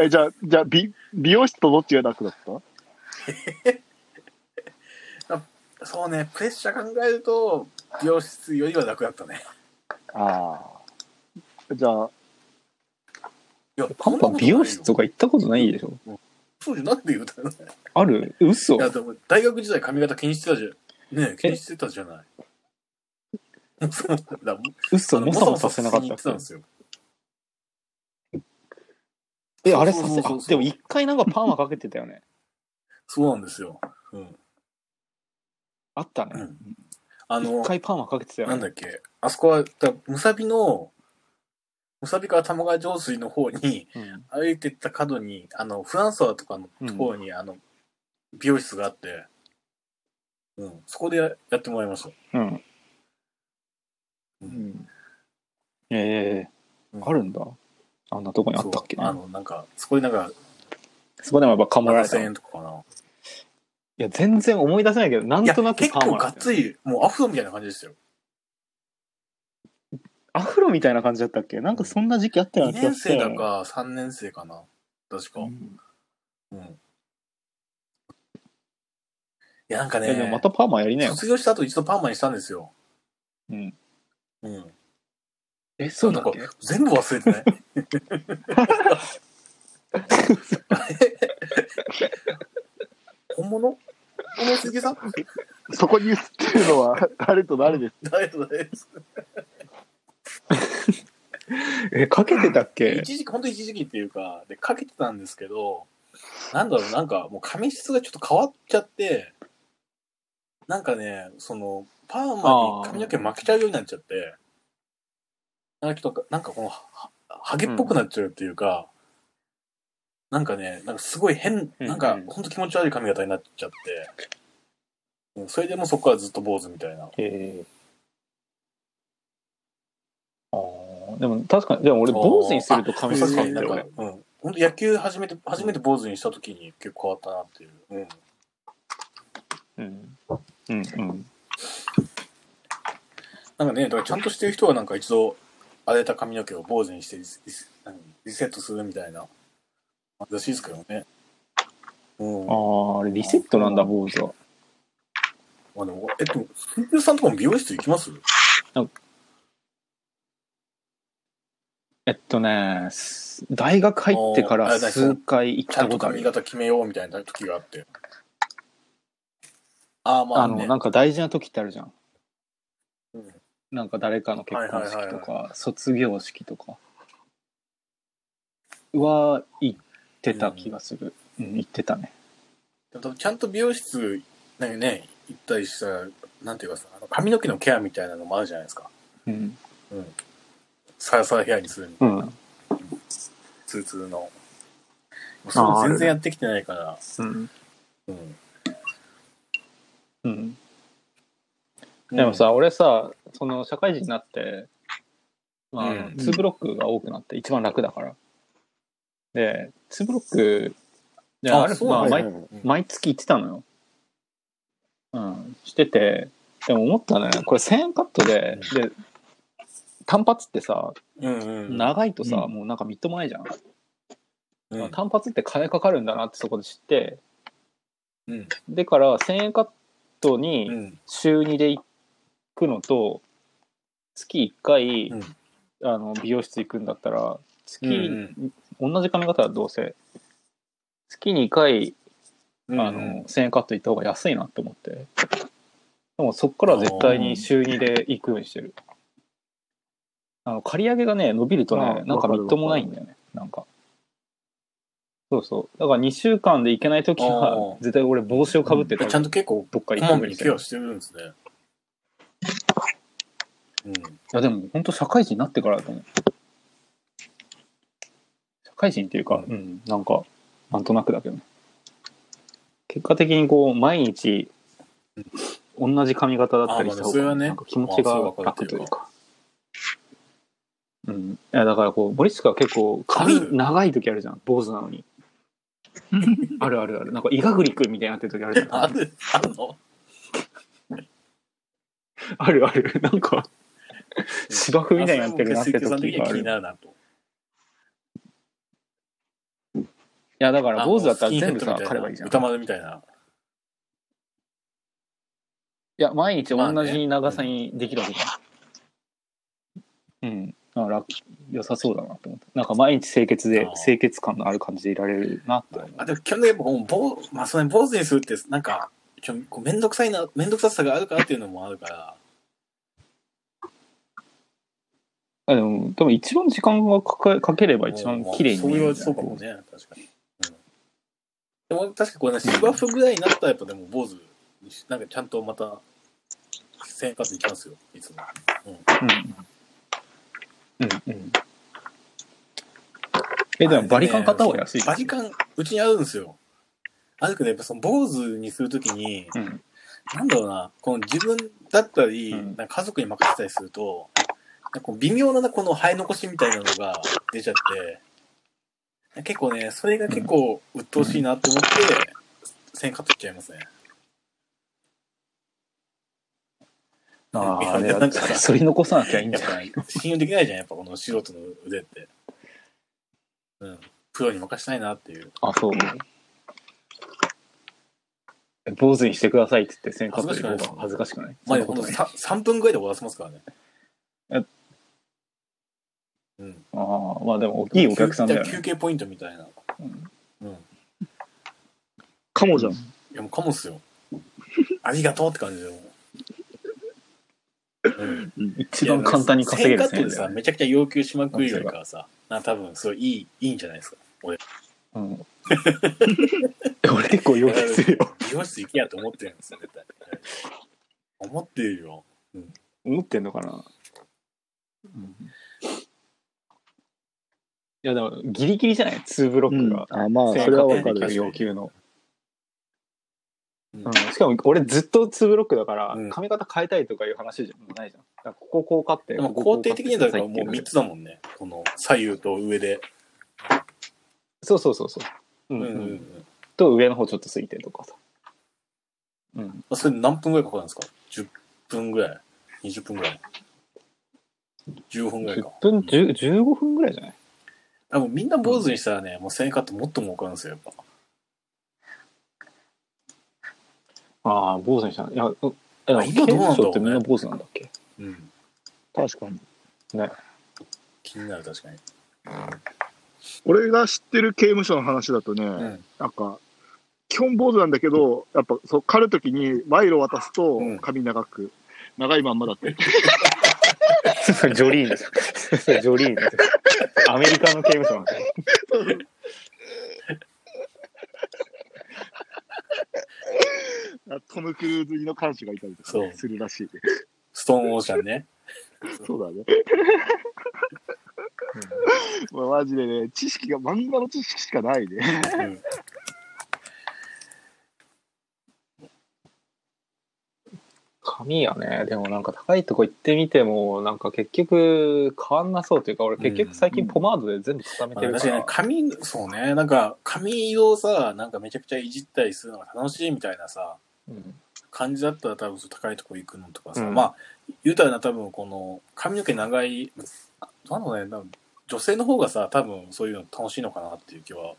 [SPEAKER 3] え、じゃあ、じゃあ、美、美容室とどっちが楽だった
[SPEAKER 1] (laughs) そうね、プレッシャー考えると、美容室よりは楽だったね。
[SPEAKER 3] ああ。じゃあ、
[SPEAKER 1] いや、
[SPEAKER 2] パパ美容室と
[SPEAKER 1] か。
[SPEAKER 2] か行ったことないでしょ
[SPEAKER 1] そうじゃんなんで言うたのい
[SPEAKER 2] ある嘘
[SPEAKER 1] や、でも大学時代髪型気にしてたじゃん。ねえ気にしてたじゃない。そうだ、も
[SPEAKER 2] 嘘もさもさせなかった
[SPEAKER 1] も
[SPEAKER 2] っ
[SPEAKER 1] さもさしに行ってたんです
[SPEAKER 2] け
[SPEAKER 1] よ。
[SPEAKER 2] え、あれ
[SPEAKER 1] そう
[SPEAKER 2] さ
[SPEAKER 1] そう
[SPEAKER 2] せ、
[SPEAKER 1] そうそう
[SPEAKER 2] あでも一回なんかパーマかけてたよね。
[SPEAKER 1] そうなんですよ。うん。
[SPEAKER 2] あった
[SPEAKER 1] う
[SPEAKER 2] ね。
[SPEAKER 1] ん。あ
[SPEAKER 2] 一
[SPEAKER 1] の、
[SPEAKER 2] 回パーマかけてたよ
[SPEAKER 1] なん
[SPEAKER 2] ね。
[SPEAKER 1] だっけ、あそこは、だむさびの、むさびから玉川上水の方に、
[SPEAKER 2] うん
[SPEAKER 1] 歩いてった角に、あの、フランソワとかのところに、あの、美容室があって、うん、そこでややってもらいました。
[SPEAKER 2] うん。
[SPEAKER 1] う
[SPEAKER 2] ええ
[SPEAKER 1] うん
[SPEAKER 2] あるんだ。あんなとこにあったっけ
[SPEAKER 1] そうあの、なんか、そこでなんか、
[SPEAKER 2] そこでもやっぱかもられた。
[SPEAKER 1] 7000
[SPEAKER 2] い
[SPEAKER 1] 円とかかな。
[SPEAKER 2] や、全然思い出せないけど、なん
[SPEAKER 1] いや
[SPEAKER 2] とな、く
[SPEAKER 1] 結
[SPEAKER 2] パーマ
[SPEAKER 1] 構
[SPEAKER 2] だ
[SPEAKER 1] が
[SPEAKER 2] っ
[SPEAKER 1] った
[SPEAKER 2] よね。
[SPEAKER 1] つり、もうアフロみたいな感じですよ。
[SPEAKER 2] アフロみたいな感じだったっけなんかそんな時期あったよう
[SPEAKER 1] 2
[SPEAKER 2] な気が
[SPEAKER 1] 年
[SPEAKER 2] したよ
[SPEAKER 1] 生
[SPEAKER 2] ね
[SPEAKER 1] だか3年生かな。確か。うん。いや、なんか
[SPEAKER 2] いやでも
[SPEAKER 1] ね
[SPEAKER 2] ま、たパーマやりなよ。
[SPEAKER 1] 卒業した後一度パーマにしたんですよ。
[SPEAKER 2] うん。
[SPEAKER 1] うん。
[SPEAKER 2] え、
[SPEAKER 1] そ
[SPEAKER 2] そううだ
[SPEAKER 1] なん
[SPEAKER 2] っ
[SPEAKER 1] か
[SPEAKER 2] け
[SPEAKER 1] 全部忘れてない
[SPEAKER 2] (laughs)
[SPEAKER 1] あれ本物本物鈴木さん (laughs)
[SPEAKER 3] そこに映ってるのは、 (laughs) 誰と誰です
[SPEAKER 1] 誰と誰です
[SPEAKER 2] え、かけてたっけ
[SPEAKER 1] 一時期本当一時期っていうかでかけてたんですけどなんだろうなんかもう髪質がちょっと変わっちゃってなんかねそのパーマに髪の毛巻けちゃうようになっちゃってなんかちょっとなんかこのははハゲっぽくなっちゃうっていうか、なんかねなんかすごい変
[SPEAKER 2] うん
[SPEAKER 1] なんか
[SPEAKER 2] うん
[SPEAKER 1] ほんと気持ち悪い髪型になっちゃって、うん、それでもうそこからずっと坊主みたいな
[SPEAKER 2] えー、あーでも確かに、でも俺、坊主にすると髪
[SPEAKER 1] さ
[SPEAKER 2] 質
[SPEAKER 1] っき
[SPEAKER 2] 変わっ
[SPEAKER 1] な
[SPEAKER 2] た
[SPEAKER 1] ん
[SPEAKER 2] よ、
[SPEAKER 1] か
[SPEAKER 2] 俺。、
[SPEAKER 1] うん、本当野球始めて初めて坊主にした時に結構変わったなっていう、うん、
[SPEAKER 2] うん。うん、うん。
[SPEAKER 1] なんかね、だからちゃんとしてる人はなんか一度荒れた髪の毛を坊主にしてリスリス何リセットするみたいな、らしいですけどね。うん。
[SPEAKER 2] ああ、あれ、リセットなんだ、坊主は。
[SPEAKER 1] あでも、えっと、鈴木さんとかも美容室行きます
[SPEAKER 2] えっとね、す大学入ってか
[SPEAKER 1] あーあ
[SPEAKER 2] ら
[SPEAKER 1] れだ
[SPEAKER 2] 数回行っ
[SPEAKER 1] ちゃ
[SPEAKER 2] た
[SPEAKER 1] んと
[SPEAKER 2] ことあ
[SPEAKER 1] 髪
[SPEAKER 2] る。
[SPEAKER 1] 型決めようみたいな時があって。ああ、ま
[SPEAKER 2] あ
[SPEAKER 1] あ、ね、
[SPEAKER 2] の、なんか大事な時ってあるじゃん。
[SPEAKER 1] うん
[SPEAKER 2] なんか誰かの結婚
[SPEAKER 1] はい
[SPEAKER 2] 式
[SPEAKER 1] はい
[SPEAKER 2] と
[SPEAKER 1] はい
[SPEAKER 2] か、卒業式とか。は、行ってた気がする。うん、行ってたね。
[SPEAKER 1] でも多分ちゃんと美容室、なんかね、行ったりしたら、なんていうかさ、あの髪の毛のケアみたいなのもあるじゃないですか。
[SPEAKER 2] うん。
[SPEAKER 1] サラサラヘアにするみたいな
[SPEAKER 2] うん。
[SPEAKER 1] ツーツーの。そう全然やってきてないから。
[SPEAKER 2] うん。
[SPEAKER 1] うん。
[SPEAKER 2] うん。でもさ、俺さ、その社会人になって、まああの、
[SPEAKER 1] うん
[SPEAKER 2] 2ブロックが多くなって一番楽だから。で、2ブロック、で
[SPEAKER 1] あ
[SPEAKER 2] ある
[SPEAKER 1] そう
[SPEAKER 2] ま
[SPEAKER 1] な
[SPEAKER 2] あ
[SPEAKER 1] んだ
[SPEAKER 2] 毎、毎月行ってたのよ。うん、してて、でも思ったね、これ1000円カットで、で、単発ってさ、
[SPEAKER 1] うんうん。
[SPEAKER 2] 長いとさ、
[SPEAKER 3] う
[SPEAKER 2] もうなんかみっともないじゃん。
[SPEAKER 1] うん
[SPEAKER 2] まあ単発って金かかるんだなってそこで知って、
[SPEAKER 1] うん
[SPEAKER 2] でから1000円カットに、
[SPEAKER 1] うん。
[SPEAKER 2] 週2で行くのと月1回、
[SPEAKER 1] うん
[SPEAKER 2] あの美容室行くんだったら月、
[SPEAKER 1] うん
[SPEAKER 2] 同じ髪型はどうせ月2回、
[SPEAKER 1] うん
[SPEAKER 2] あの1000円カット行った方が安いなと思ってでもそっからは絶対に週2で行くようにしてる。あの、借り上げがね、伸びるとね
[SPEAKER 3] あ、
[SPEAKER 2] なんかみっともないんだよね。なんか。そうそう。だから2週間で行けない時
[SPEAKER 1] あ
[SPEAKER 2] は
[SPEAKER 1] あ、
[SPEAKER 2] 絶対俺帽子をかぶってた
[SPEAKER 1] ちゃんと結構、
[SPEAKER 2] どっか
[SPEAKER 1] こ
[SPEAKER 2] 行く
[SPEAKER 1] ま
[SPEAKER 2] ん
[SPEAKER 1] め
[SPEAKER 2] で
[SPEAKER 1] に
[SPEAKER 2] す
[SPEAKER 1] ケ
[SPEAKER 2] よ。
[SPEAKER 1] ア
[SPEAKER 2] い
[SPEAKER 1] してるんですね。うん。
[SPEAKER 2] やでも本当社会人になってからだと思う。社会人っていうか、うん、なんか、なんとなくだけどね。結果的にこう、毎日、同じ髪型だったりした方
[SPEAKER 1] あまあそれ
[SPEAKER 2] が、
[SPEAKER 1] はね
[SPEAKER 2] なんか気持ち
[SPEAKER 1] まあそう
[SPEAKER 2] が
[SPEAKER 1] わかる
[SPEAKER 2] 楽
[SPEAKER 1] と
[SPEAKER 2] と
[SPEAKER 1] い
[SPEAKER 2] いうう
[SPEAKER 1] か
[SPEAKER 2] か。うん。いや、だからこう、森近は結構、
[SPEAKER 1] あ
[SPEAKER 2] 髪
[SPEAKER 1] る
[SPEAKER 2] 長い時あるじゃん。坊主
[SPEAKER 1] (laughs)
[SPEAKER 2] なのに。あるあるある。なんか、イガグリ君みたいになってる時あるじゃん。
[SPEAKER 1] ある、あるの
[SPEAKER 2] あるある。なんか、芝生みたいになってるなって
[SPEAKER 1] あそれ
[SPEAKER 2] 時
[SPEAKER 1] も
[SPEAKER 2] があ
[SPEAKER 1] 気
[SPEAKER 2] る。
[SPEAKER 1] に
[SPEAKER 2] い
[SPEAKER 1] なるなと。
[SPEAKER 2] や、だから、坊主だったら
[SPEAKER 1] あの
[SPEAKER 2] 全部さ、
[SPEAKER 1] スキンヘッドみた
[SPEAKER 2] 刈ればいい
[SPEAKER 1] い
[SPEAKER 2] じ
[SPEAKER 1] な
[SPEAKER 2] ゃん。い
[SPEAKER 1] 歌丸みたいな。
[SPEAKER 2] や、毎日
[SPEAKER 1] まあ
[SPEAKER 2] 同
[SPEAKER 1] ね
[SPEAKER 2] じ長さにできるわけじゃん。うん。あ楽、良さそうだなと思った。なんか、毎日清潔で
[SPEAKER 1] あ、ー
[SPEAKER 2] 清潔感のある感じでいられるなって思う。
[SPEAKER 1] あ、でも基本的に僕も坊、まあ、それ坊主にするって、なんか、ちょこうめんどくさいな、めんどくささがあるからっていうのもあるから、
[SPEAKER 2] あでも、多分一番時間がかかかければ一番綺麗に
[SPEAKER 1] まあそう
[SPEAKER 2] 見え
[SPEAKER 1] 言われ
[SPEAKER 2] るん
[SPEAKER 1] て
[SPEAKER 2] じゃ
[SPEAKER 1] そう
[SPEAKER 2] ない
[SPEAKER 1] かもね、確かに。うんでも確かこれね、芝生ぐらいになったらやっぱでも坊主にし、なんかちゃんとまた、生活いきますよ、いつも。
[SPEAKER 2] うん。うんうん。え、でもバリカン買った方が安い。
[SPEAKER 1] バリカン、うちにあるんですよ。あるけど、やっぱその坊主にするときに、
[SPEAKER 2] うん。
[SPEAKER 1] なんだろうな、この自分だったり、
[SPEAKER 2] うん
[SPEAKER 1] なんか家族に任せたりすると、なんかこう微妙なこの生え残しみたいなのが出ちゃって、結構ね、それが結構鬱陶しいなって思って、線カットいっちゃいますね。
[SPEAKER 2] ああ、
[SPEAKER 1] い
[SPEAKER 2] ね
[SPEAKER 1] やなんかさ
[SPEAKER 2] それ残さなきゃいいんじ
[SPEAKER 1] やっ
[SPEAKER 2] ゃ
[SPEAKER 1] ぱ
[SPEAKER 2] ない
[SPEAKER 1] ね信用できないじゃん、やっぱこの素人の腕って。うん。プロに任せたいなっていう。
[SPEAKER 2] あ、そう。坊主にしてくださいって言って線カットで
[SPEAKER 1] 恥ずかしくないです
[SPEAKER 2] 恥ずかしくない。
[SPEAKER 1] まあ、
[SPEAKER 2] そん
[SPEAKER 1] ほんと
[SPEAKER 2] なことない
[SPEAKER 1] さ3分ぐらいで終わらせますからね。うん。
[SPEAKER 2] ああ、まあでも大きいお客さんだよ
[SPEAKER 1] 休
[SPEAKER 2] ね。
[SPEAKER 1] 憩ポイントみたいな。うん。
[SPEAKER 6] かもじゃん。
[SPEAKER 1] いや、もうかもっすよ。ありがとうって感じでもう。うん、
[SPEAKER 2] 一番簡単に稼げる
[SPEAKER 1] 1000カット
[SPEAKER 2] 線
[SPEAKER 1] で
[SPEAKER 2] だよ
[SPEAKER 1] さ、
[SPEAKER 2] ね。
[SPEAKER 1] めちゃくちゃ要求しまくるよりかはさ、な多分、そう、いい、いいんじゃないですか。
[SPEAKER 2] うん俺結構要求するよ。
[SPEAKER 1] 美容室行けやと思ってるんですよ、絶対。思ってるよ。
[SPEAKER 2] 思ってんのかな、いやでもギリギリじゃない ?2 ブロ
[SPEAKER 6] う
[SPEAKER 2] ック
[SPEAKER 6] ん。
[SPEAKER 2] が。
[SPEAKER 6] あ、まあ、それはわか
[SPEAKER 1] 確
[SPEAKER 6] る。
[SPEAKER 1] に
[SPEAKER 2] 要求の。
[SPEAKER 1] うん
[SPEAKER 2] うん、しかも俺ずっと2ブロックだから
[SPEAKER 1] うん
[SPEAKER 2] 髪型変えたいとかいう話じゃもうないじゃん。だからこここう買って。
[SPEAKER 1] でも、
[SPEAKER 2] ここ
[SPEAKER 1] 肯定的にはだからもう3つだもんね。この左右と上で。
[SPEAKER 2] そうそうそうそう。う
[SPEAKER 1] うんん
[SPEAKER 2] う
[SPEAKER 1] うん
[SPEAKER 2] ん
[SPEAKER 1] うん。
[SPEAKER 2] と上の方ちょっとついてとかさ。うん。
[SPEAKER 1] まあそれ何分ぐらいかかるんですか ?10 分ぐらい ?20 分ぐらい ?15 分ぐらい
[SPEAKER 2] 10
[SPEAKER 1] か。
[SPEAKER 2] 分、10 15分ぐらいじゃない
[SPEAKER 1] 多分みんな坊主にしたらね、もう1000円買ってもっと儲かるんですよ、やっぱ。
[SPEAKER 2] ああ、坊主にしたいや、うえ
[SPEAKER 1] あ今どうなんだろうね
[SPEAKER 2] 刑務所ってみんな坊主なんだっけ
[SPEAKER 1] うん。
[SPEAKER 6] 確かに。
[SPEAKER 1] 気になる確かに。
[SPEAKER 6] 俺が知ってる刑務所の話だとね、
[SPEAKER 1] ん
[SPEAKER 6] なんか、基本坊主なんだけど、やっぱ、そう、狩るときに、賄賂渡すと
[SPEAKER 1] うん、
[SPEAKER 6] 髪長く、長いまんまだって。 (laughs)
[SPEAKER 2] それジョリーンですよ。それジョリーンですよ。アメリカの刑務所なんだよ
[SPEAKER 6] トム・クルーズ入りの監視がいたりとか
[SPEAKER 1] そう
[SPEAKER 6] するらしい。
[SPEAKER 1] ストーンオーシャンね。
[SPEAKER 6] そう
[SPEAKER 3] (laughs)
[SPEAKER 6] だね。まあ、マジでね、知識が、漫画の知識しかないね。
[SPEAKER 1] うん
[SPEAKER 2] 髪やね。でもなんか高いとこ行ってみても、なんか結局変わんなそうというか、俺結局最近ポマードで全部固め
[SPEAKER 1] まあ
[SPEAKER 2] てるか
[SPEAKER 1] 確
[SPEAKER 2] ら。
[SPEAKER 1] かに髪、そうね、なんか髪色をさ、なんかめちゃくちゃいじったりするのが楽しいみたいなさ、
[SPEAKER 2] うん
[SPEAKER 1] 感じだったら多分そう高いとこ行くのとかさ、
[SPEAKER 2] うん
[SPEAKER 1] まあ、言うたらな多分この髪の毛長い、なんだろうね、多分女性の方がさ、多分そういうの楽しいのかなっていう気は。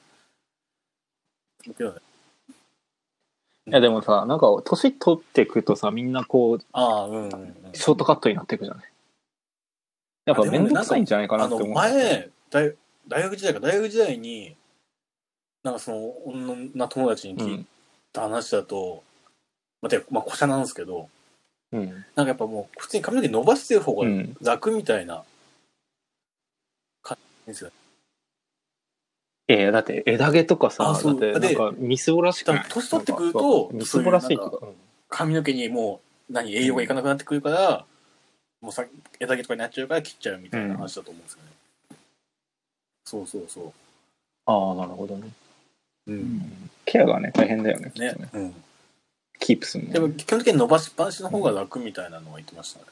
[SPEAKER 1] だけどね
[SPEAKER 2] いやでもさ、なんか年取ってくとさ、みんなこう、
[SPEAKER 1] ああ、うん、うんうん。
[SPEAKER 2] ショートカットになっていくじゃない。やっぱ面倒くさいんじゃないかな
[SPEAKER 1] あ
[SPEAKER 2] って
[SPEAKER 1] の
[SPEAKER 2] 思う。
[SPEAKER 1] 前大大学時代か大学時代になんかその女友達に
[SPEAKER 2] う
[SPEAKER 1] 聞い
[SPEAKER 2] ん
[SPEAKER 1] た話だと、まあてかまあ、古社なんですけど
[SPEAKER 2] うん。
[SPEAKER 1] なんかやっぱもう、普通に髪の毛伸ばしてる方が
[SPEAKER 2] うん。
[SPEAKER 1] 楽みたいな感じですよね。
[SPEAKER 2] えーだって枝毛とかさ、だ
[SPEAKER 1] あ
[SPEAKER 2] っ
[SPEAKER 1] そう
[SPEAKER 2] てなんかみすぼらしく
[SPEAKER 1] 多
[SPEAKER 2] な
[SPEAKER 1] 分
[SPEAKER 2] い
[SPEAKER 1] 年取ってくると、
[SPEAKER 2] み
[SPEAKER 1] そ
[SPEAKER 2] す
[SPEAKER 1] うい
[SPEAKER 2] ぼ
[SPEAKER 1] う
[SPEAKER 2] らしい
[SPEAKER 1] な
[SPEAKER 2] と
[SPEAKER 1] んか
[SPEAKER 2] か。
[SPEAKER 1] 髪の毛にもう、何、栄養がいかなくなってくるから、もうさ、枝毛とかになっちゃうから切っちゃうみたいな話だと思うんですよね。そうそうそ
[SPEAKER 2] ああ、なるほどね。
[SPEAKER 1] う。うん。
[SPEAKER 2] ケアがね、大変だよね。きっ
[SPEAKER 1] ね
[SPEAKER 2] とね。
[SPEAKER 1] うん。
[SPEAKER 2] キープする
[SPEAKER 1] で
[SPEAKER 2] の
[SPEAKER 1] も
[SPEAKER 2] ね。
[SPEAKER 1] 基本的に伸ばしっぱなしの方が楽みたいなのは言ってましたね。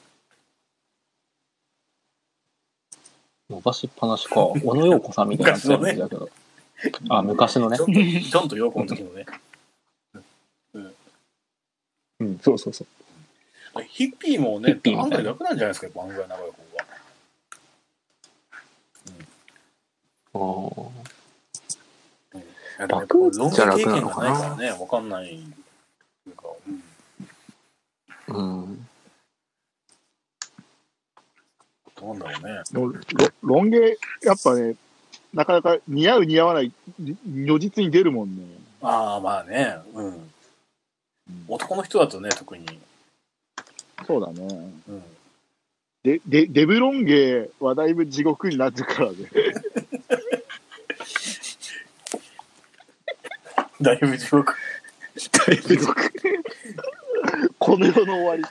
[SPEAKER 2] 伸ばしっぱなしか。小野洋子さんみたいな感じだけど。あ、昔のね
[SPEAKER 1] ちょ。っと、
[SPEAKER 2] (laughs)
[SPEAKER 1] ちょっとよくの時のね。
[SPEAKER 2] うん、そうそうそう。
[SPEAKER 1] ヒッピーも
[SPEAKER 2] ヒ
[SPEAKER 1] ね
[SPEAKER 2] ッピー、も
[SPEAKER 1] 案
[SPEAKER 2] ね
[SPEAKER 1] 外楽なんじゃないですか、やっぱ案外長い方が。
[SPEAKER 2] あー
[SPEAKER 1] いやでもやっぱ
[SPEAKER 2] 楽
[SPEAKER 1] ロン
[SPEAKER 2] じゃ
[SPEAKER 1] 毛
[SPEAKER 2] 楽
[SPEAKER 1] 経
[SPEAKER 2] な
[SPEAKER 1] 験
[SPEAKER 2] の
[SPEAKER 1] が
[SPEAKER 2] か
[SPEAKER 1] な
[SPEAKER 2] ない
[SPEAKER 1] からね、わかんない。いうかうん
[SPEAKER 2] うん。
[SPEAKER 1] どうなんだろうね。
[SPEAKER 3] でもロロン毛、やっぱね、なかなか似合う似合わない、に如実に出るもんね。
[SPEAKER 1] ああ、まあね。うん。男の人だとね、特に。
[SPEAKER 3] そうだね。
[SPEAKER 1] うん。
[SPEAKER 3] で、で、デブロン毛はだいぶ地獄になってるからね。
[SPEAKER 1] だいぶ地獄。
[SPEAKER 3] だいぶ地獄。 (laughs) この世の終わ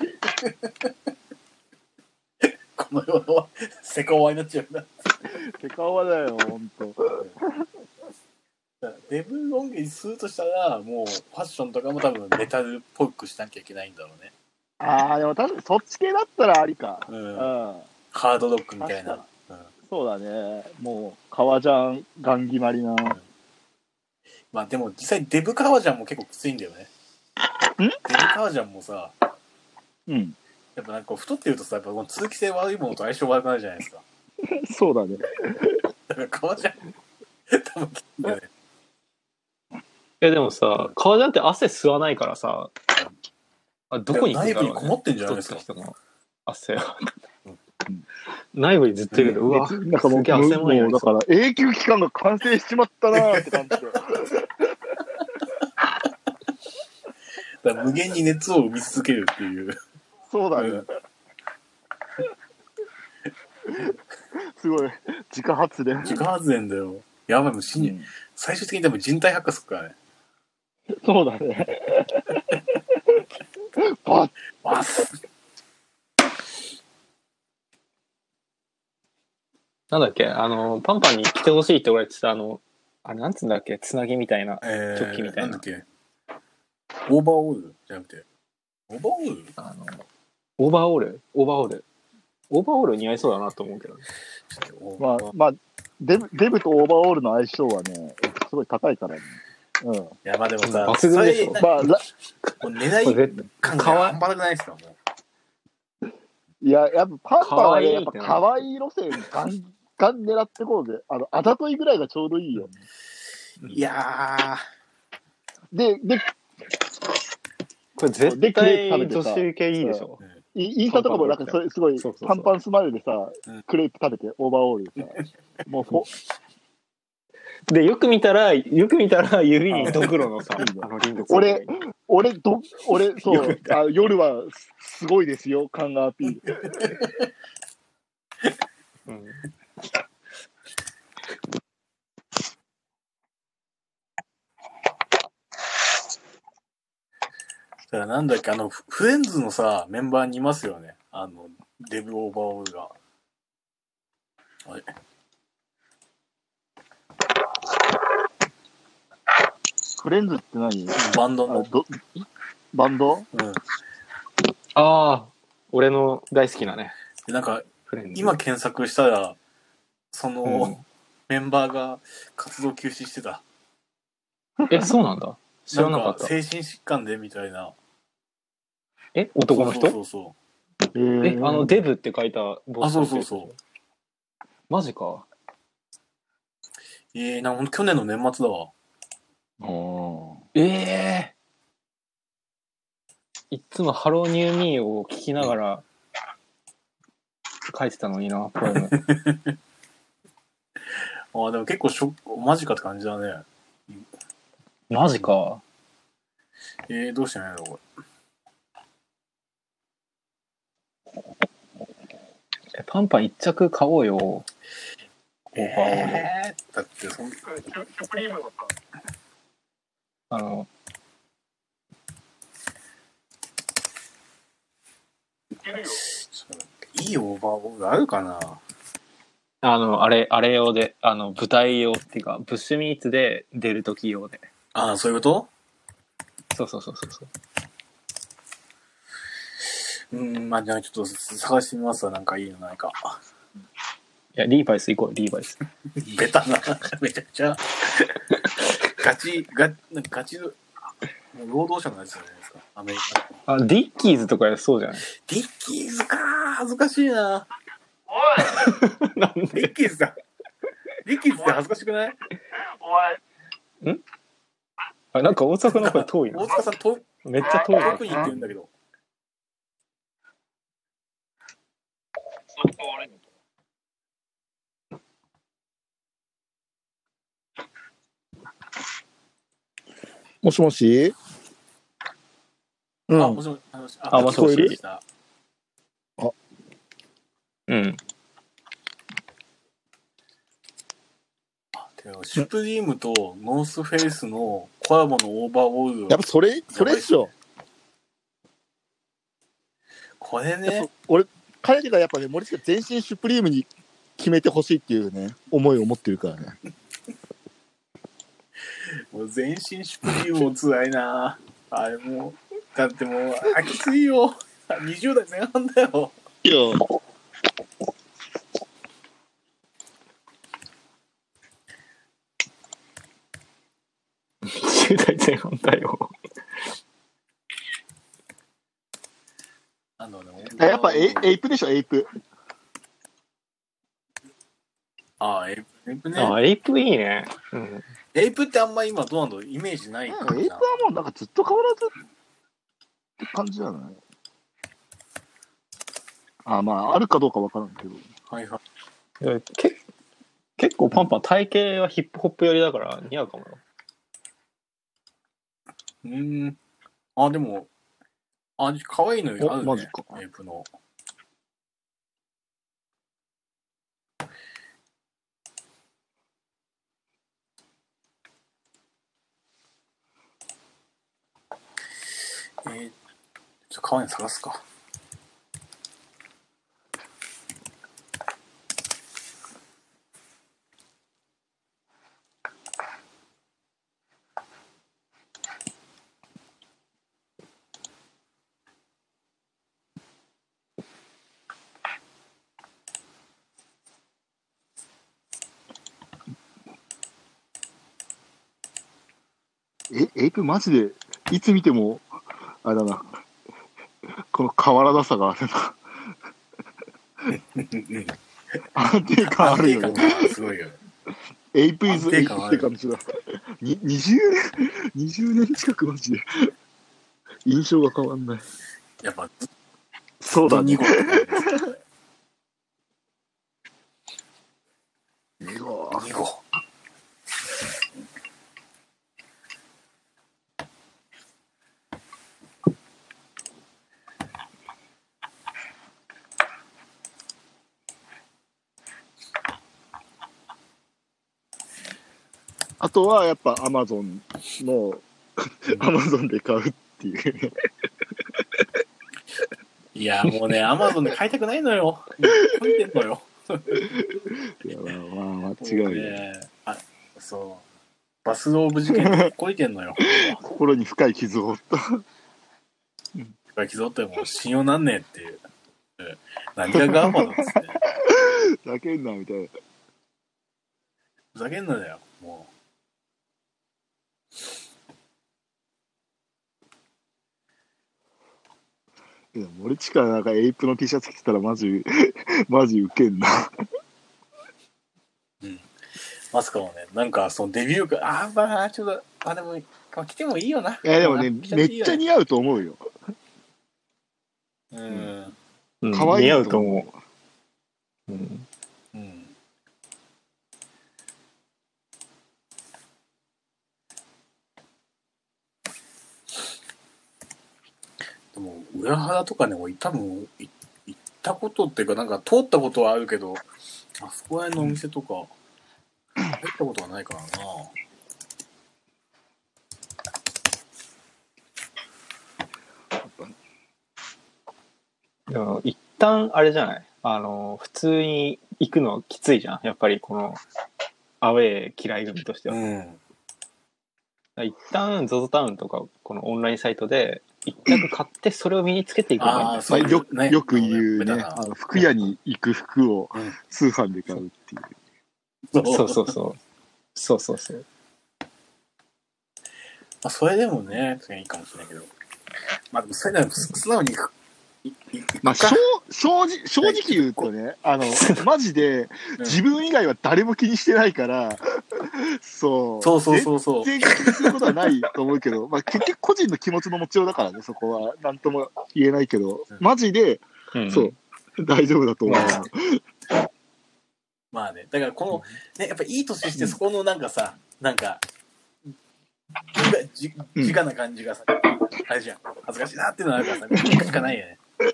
[SPEAKER 3] り。
[SPEAKER 1] この世のセカオワになっちゃうな。
[SPEAKER 3] セカオワだよ、ほんと。
[SPEAKER 1] デブロン毛にするとしたら、もうファッションとかも多分メタルっぽくしなきゃいけないんだろうね。
[SPEAKER 3] ああ、でも確かにそっち系だったらありか。
[SPEAKER 1] う。
[SPEAKER 3] うんん。
[SPEAKER 1] ハードロックみたい
[SPEAKER 3] 確
[SPEAKER 1] な。
[SPEAKER 3] そうだね。もう、革ジャン、ガン決まりな。
[SPEAKER 1] まあでも実際デブ革ジャンも結構きついんだよね。デブ革ジャンもさ、
[SPEAKER 3] うん。
[SPEAKER 1] やっぱなんかこう太ってるとさ、やっぱこの通気性悪いものと相性悪くなるじゃないですか。
[SPEAKER 3] そうだね。
[SPEAKER 1] だから革ジャン、多分きついんだよね。
[SPEAKER 2] え、でもさ、革ジャンって汗吸わないからさ、あどこに行く
[SPEAKER 1] 内
[SPEAKER 2] んだろ
[SPEAKER 1] 部に
[SPEAKER 2] う
[SPEAKER 1] こ
[SPEAKER 2] ね
[SPEAKER 1] もってんじゃないですか
[SPEAKER 2] 太っ。た人の汗は
[SPEAKER 1] うん。
[SPEAKER 2] 内部にずっといるけど、うわ、
[SPEAKER 3] なんかもう、
[SPEAKER 2] すげえ汗もい
[SPEAKER 3] も
[SPEAKER 2] る
[SPEAKER 3] うだから永久期間が完成しちまったなーって感じで。
[SPEAKER 1] だから無限に熱を生み続けるっていう。
[SPEAKER 3] そうだね。すごい。自家発電。
[SPEAKER 1] 自家発電だよ。やばい、もう死に、最終的に多分人体発火するからね。
[SPEAKER 3] そうだね。パッ
[SPEAKER 1] わっす
[SPEAKER 2] なんだっけ、あの、パンパンに着てほしいって俺言ってた、あの、あれ、なんつうんだっけ、つなぎみたいな。
[SPEAKER 1] え
[SPEAKER 2] チョッキみ
[SPEAKER 1] ー、
[SPEAKER 2] たい
[SPEAKER 1] な
[SPEAKER 2] な
[SPEAKER 1] だ
[SPEAKER 2] ん
[SPEAKER 1] っけ。オーバーオールじゃなくて。オーバーオール
[SPEAKER 2] あの、オーバーオールオーバーオール。オーバーオール似合いそうだなと思うけどね。
[SPEAKER 1] ちょっとオー
[SPEAKER 3] ま
[SPEAKER 1] バー、
[SPEAKER 3] あまあ、デブ、デブとオーバーオールの相性はね、すごい高いからね。うん。
[SPEAKER 1] いや、まあでもさ、
[SPEAKER 2] 抜群でしょ
[SPEAKER 1] それ
[SPEAKER 3] まあ、ら
[SPEAKER 1] もう狙
[SPEAKER 2] これ
[SPEAKER 1] い
[SPEAKER 2] 絶対
[SPEAKER 1] 感が半端なくないですか、もう。
[SPEAKER 3] いや、やっぱパンパン
[SPEAKER 2] 可
[SPEAKER 3] はね、
[SPEAKER 2] 愛い
[SPEAKER 3] やっ
[SPEAKER 2] って
[SPEAKER 3] ぱ
[SPEAKER 2] ね
[SPEAKER 3] 可愛い路線ガンガン狙ってこうぜ。あの、あざといぐらいがちょうどいいよ。
[SPEAKER 1] いや
[SPEAKER 3] で、で、
[SPEAKER 2] これ絶対女子受けいいでしょ。
[SPEAKER 3] イインスタとかもなんかそれすごい
[SPEAKER 2] そうそうそう
[SPEAKER 3] パンパンスマイルでさ
[SPEAKER 1] うん、
[SPEAKER 3] クレープ食べてオーバーオールでさ、もうほ、
[SPEAKER 2] で、よく見たら、よく見たら指にドクロのさ、あのリンド
[SPEAKER 3] 俺、俺、ど、
[SPEAKER 7] (laughs)
[SPEAKER 3] 俺、そう、あ夜はすすごいですよ、感がアピール。
[SPEAKER 2] うん
[SPEAKER 1] ーだからなんだっけ、あの、フフレンズのさ、メンバーにいますよね。あの、デブオーバーオールが。あれ
[SPEAKER 3] フレンズって何
[SPEAKER 1] バンド
[SPEAKER 3] あ
[SPEAKER 1] の。
[SPEAKER 3] どバンド
[SPEAKER 1] うん。
[SPEAKER 2] ああ、俺の大好きなね、
[SPEAKER 1] でなんか、
[SPEAKER 2] フレンズ。
[SPEAKER 1] 今検索したら、その、
[SPEAKER 2] うん
[SPEAKER 1] メンバーが活動休止してた。
[SPEAKER 2] え、そうなんだ。知らなかっ
[SPEAKER 1] ん
[SPEAKER 2] た。
[SPEAKER 1] 精神疾患でみたいな。
[SPEAKER 2] え、男の
[SPEAKER 1] そう
[SPEAKER 2] 人
[SPEAKER 1] そうそ
[SPEAKER 3] え
[SPEAKER 2] え、あの、デブって書いた
[SPEAKER 1] う。
[SPEAKER 2] ボ
[SPEAKER 1] あ、
[SPEAKER 2] スの
[SPEAKER 1] そう
[SPEAKER 2] 人
[SPEAKER 1] そうそう。
[SPEAKER 2] マジか。
[SPEAKER 1] ええなんかほんと去年の年末だわ。
[SPEAKER 2] ええいっつもハローニューミーを聞きながら書いてたのにな、ポエ
[SPEAKER 1] (laughs)
[SPEAKER 2] ム。
[SPEAKER 1] あーでも結構ショック、マジかって感じだね。
[SPEAKER 2] マジか。
[SPEAKER 1] えー、どうしてないのこ
[SPEAKER 2] えパンパン一着買おうよ。オーバーオール。
[SPEAKER 1] えーだってそん
[SPEAKER 3] クリームだった。
[SPEAKER 2] あの、
[SPEAKER 3] いけるよ。
[SPEAKER 1] いいオーバーオールあるかな
[SPEAKER 2] あの、あれ、あれ用で、あの、舞台用っていうか、ブッシュミーツで出るとき用で。
[SPEAKER 1] ああ、そういうこ
[SPEAKER 2] そうそうそうそうそう。
[SPEAKER 1] とうん、まあじゃあちょっと探してみますわ。なんかいいのないか。
[SPEAKER 2] いや、リーバイス行こう、リーバイス。
[SPEAKER 1] (laughs) ベタな。めちゃくちゃ。ガチ、ガなんかガチ、もう労働者のやつじゃないですか。アメリカ。
[SPEAKER 2] あ、ディッキーズとかそ
[SPEAKER 1] (laughs)
[SPEAKER 2] うじゃない
[SPEAKER 1] ディッキーズかー恥ずかしいな。
[SPEAKER 3] おい
[SPEAKER 2] なん
[SPEAKER 1] ディッキーズだ。ディッキーズって恥ずかしくない
[SPEAKER 3] お
[SPEAKER 2] あなんか大阪の方が遠い
[SPEAKER 1] 大
[SPEAKER 2] な。
[SPEAKER 1] 塚さん、遠
[SPEAKER 2] めっちゃ遠い
[SPEAKER 1] 遠 (laughs)
[SPEAKER 2] な
[SPEAKER 1] く。に行って言うんだけど。
[SPEAKER 3] い
[SPEAKER 7] もしもしう
[SPEAKER 1] あ、
[SPEAKER 7] ん
[SPEAKER 1] も。しもしあの。
[SPEAKER 2] あもしもし
[SPEAKER 1] 聞こえる
[SPEAKER 2] うん。
[SPEAKER 1] てかシュプリームとノースフェイスのコラボのオーバーオール
[SPEAKER 7] やっぱそれ、それっしょ。
[SPEAKER 1] これ
[SPEAKER 7] やっ
[SPEAKER 1] ね
[SPEAKER 7] ぱ俺、彼がやっぱね、森下全身シュプリームに決めてほしいっていうね、思いを持ってるからね。
[SPEAKER 1] もう全身シュプリームもつらいなあれもうだってもう飽きすぎよ20代前半だよ
[SPEAKER 7] いや、
[SPEAKER 2] 10代前半だよ。
[SPEAKER 1] あのね
[SPEAKER 3] あ
[SPEAKER 1] や
[SPEAKER 3] や
[SPEAKER 1] っ
[SPEAKER 3] っ
[SPEAKER 1] ぱ
[SPEAKER 3] ぱ
[SPEAKER 1] え
[SPEAKER 3] え
[SPEAKER 1] え
[SPEAKER 3] エイプでしょ、エイプ。
[SPEAKER 1] あエイプエ
[SPEAKER 3] (laughs)
[SPEAKER 1] イプね
[SPEAKER 2] あ、エイプいいね。うん。
[SPEAKER 1] エイプってあんま今どうなんだろうイメージない
[SPEAKER 7] なん
[SPEAKER 1] か
[SPEAKER 7] からエイプ
[SPEAKER 1] な
[SPEAKER 7] はもうなんかずっと変わらずって感じじゃない
[SPEAKER 3] あ、まあ、あるかどうかわからんけど。
[SPEAKER 1] はいはい
[SPEAKER 2] いやけ結構パンパン体型はヒップホップ寄りだから似合うかもよ。
[SPEAKER 1] うーんあでもあ可愛いのよあるね
[SPEAKER 3] おマジか
[SPEAKER 1] エイプのえー、ちょっと可愛いの探すか
[SPEAKER 3] え、エイプマジで、いつ見ても、あれだな。この変わらなさが、あれだな。安定感あるよね。
[SPEAKER 1] すごいよね
[SPEAKER 3] エイプイズ
[SPEAKER 1] 安定
[SPEAKER 3] エイプ
[SPEAKER 1] 感あ
[SPEAKER 3] っ
[SPEAKER 1] る
[SPEAKER 3] て感じだ。に20年、20年近くマジで。印象が変わんない。
[SPEAKER 1] やっぱずっ
[SPEAKER 3] そう
[SPEAKER 1] と
[SPEAKER 3] だね
[SPEAKER 1] 2。号だね
[SPEAKER 3] 2号
[SPEAKER 1] 2号
[SPEAKER 3] あとはやっぱアマゾンの、アマゾンで買うっていう。
[SPEAKER 1] いやもうねアマゾンで買いたくないのよ書いてんのよ
[SPEAKER 3] いや、まあまあ、間違いない。
[SPEAKER 1] ねあそうバスローブ事件にこりてんのよ
[SPEAKER 3] 心に深い傷を負った。
[SPEAKER 1] ガキぞってもう信用なんねえっていう。何がガーファなんですね。
[SPEAKER 3] だけんな、みたいな。
[SPEAKER 1] ふざけんなだよ、も
[SPEAKER 3] いや森近なんかエイプの T シャツ着てたらマジ、 (laughs) マジウケんな。
[SPEAKER 1] う。マスカもね、なんかそのデビューか、あーまあ、ちょっと、あ、でも、まあ来てもいいよな。
[SPEAKER 3] いや、でもね、
[SPEAKER 1] 来て
[SPEAKER 3] め
[SPEAKER 1] いい
[SPEAKER 3] っ
[SPEAKER 1] よ
[SPEAKER 3] ちゃ似合うと思うよ。
[SPEAKER 1] うん。
[SPEAKER 2] うん
[SPEAKER 3] 可愛い
[SPEAKER 2] 似合
[SPEAKER 3] と思う
[SPEAKER 2] うと思う。うん、
[SPEAKER 1] うん。でも、裏腹とかね、もう多分、いいたことっていうか、なんか通ったことはあるけど、あそこら辺のお店とか、入ったことはないからな。
[SPEAKER 2] でも一旦あれじゃないあの普通に行くのきついじゃんやっぱりこのアウェー嫌い組としては、
[SPEAKER 1] うん。
[SPEAKER 2] 一旦 ZOZO タウンとかこのオンラインサイトで一着買ってそれを身につけていくのがい
[SPEAKER 1] あ
[SPEAKER 2] いんじゃない
[SPEAKER 1] あ、そう
[SPEAKER 3] よ
[SPEAKER 1] ね
[SPEAKER 3] よく言うね、
[SPEAKER 1] ベタな
[SPEAKER 3] あの服屋に行く服を
[SPEAKER 1] うん
[SPEAKER 3] 通販で買うっていう。
[SPEAKER 2] そうそうそう。そうそうそう。
[SPEAKER 1] まあ、それでもね、いいかもしれないけど。まあ、でも、それでも、す素直に行く。いい
[SPEAKER 3] まあ、正正直正直言う
[SPEAKER 1] (laughs)
[SPEAKER 3] とね、あの、マジで、自分以外は誰も気にしてないから、そう。
[SPEAKER 1] そうそうそうそう。
[SPEAKER 3] 全然気にすることはないと思うけど、まあ結局個人の気持ちの持ちようだからね、そこは。なんとも言えないけど、マジで、そう、大丈夫だと思う。
[SPEAKER 1] まあね、だからこの、ね、やっぱいい年して、そこのなんかさ、なんか、じ
[SPEAKER 3] うん
[SPEAKER 1] じ、じかな感じがさ、あれじゃん、恥ずかしいなっていうのはあるからさ、行くしかないよね。
[SPEAKER 3] 行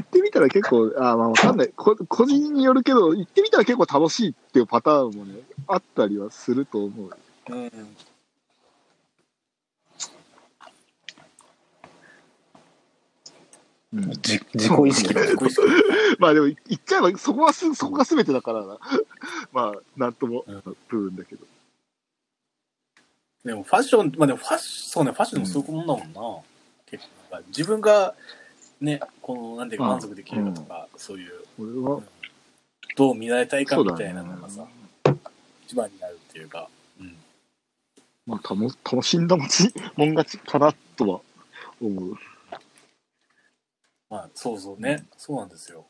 [SPEAKER 3] ってみたら結構、あーまあわかんないこ。個人によるけど、行ってみたら結構楽しいっていうパターンもね、あったりはすると思う。
[SPEAKER 1] うん。
[SPEAKER 8] じ自己意識だ。
[SPEAKER 1] 自己意識
[SPEAKER 3] まあでも、行っちゃえば、そこはす、そこが全てだからな。 (laughs) まあ、なんとも、部分だけど。
[SPEAKER 1] でもファッション、まあでもファッション、そうね、ファッションもそういうもんだもんな。結構、なんか自分が、ね、この、なんていうか
[SPEAKER 3] うん
[SPEAKER 1] 満足できるかとか、そういう、
[SPEAKER 3] 俺は、
[SPEAKER 1] どう見られたいか
[SPEAKER 3] そう
[SPEAKER 1] み
[SPEAKER 3] だね
[SPEAKER 1] たいなのがさ、一番になるっていうか、うん。
[SPEAKER 3] まあ、たの楽しんだもち、もん勝ちかなとは思う。
[SPEAKER 1] まあ、そうそうね、そうなんですよ。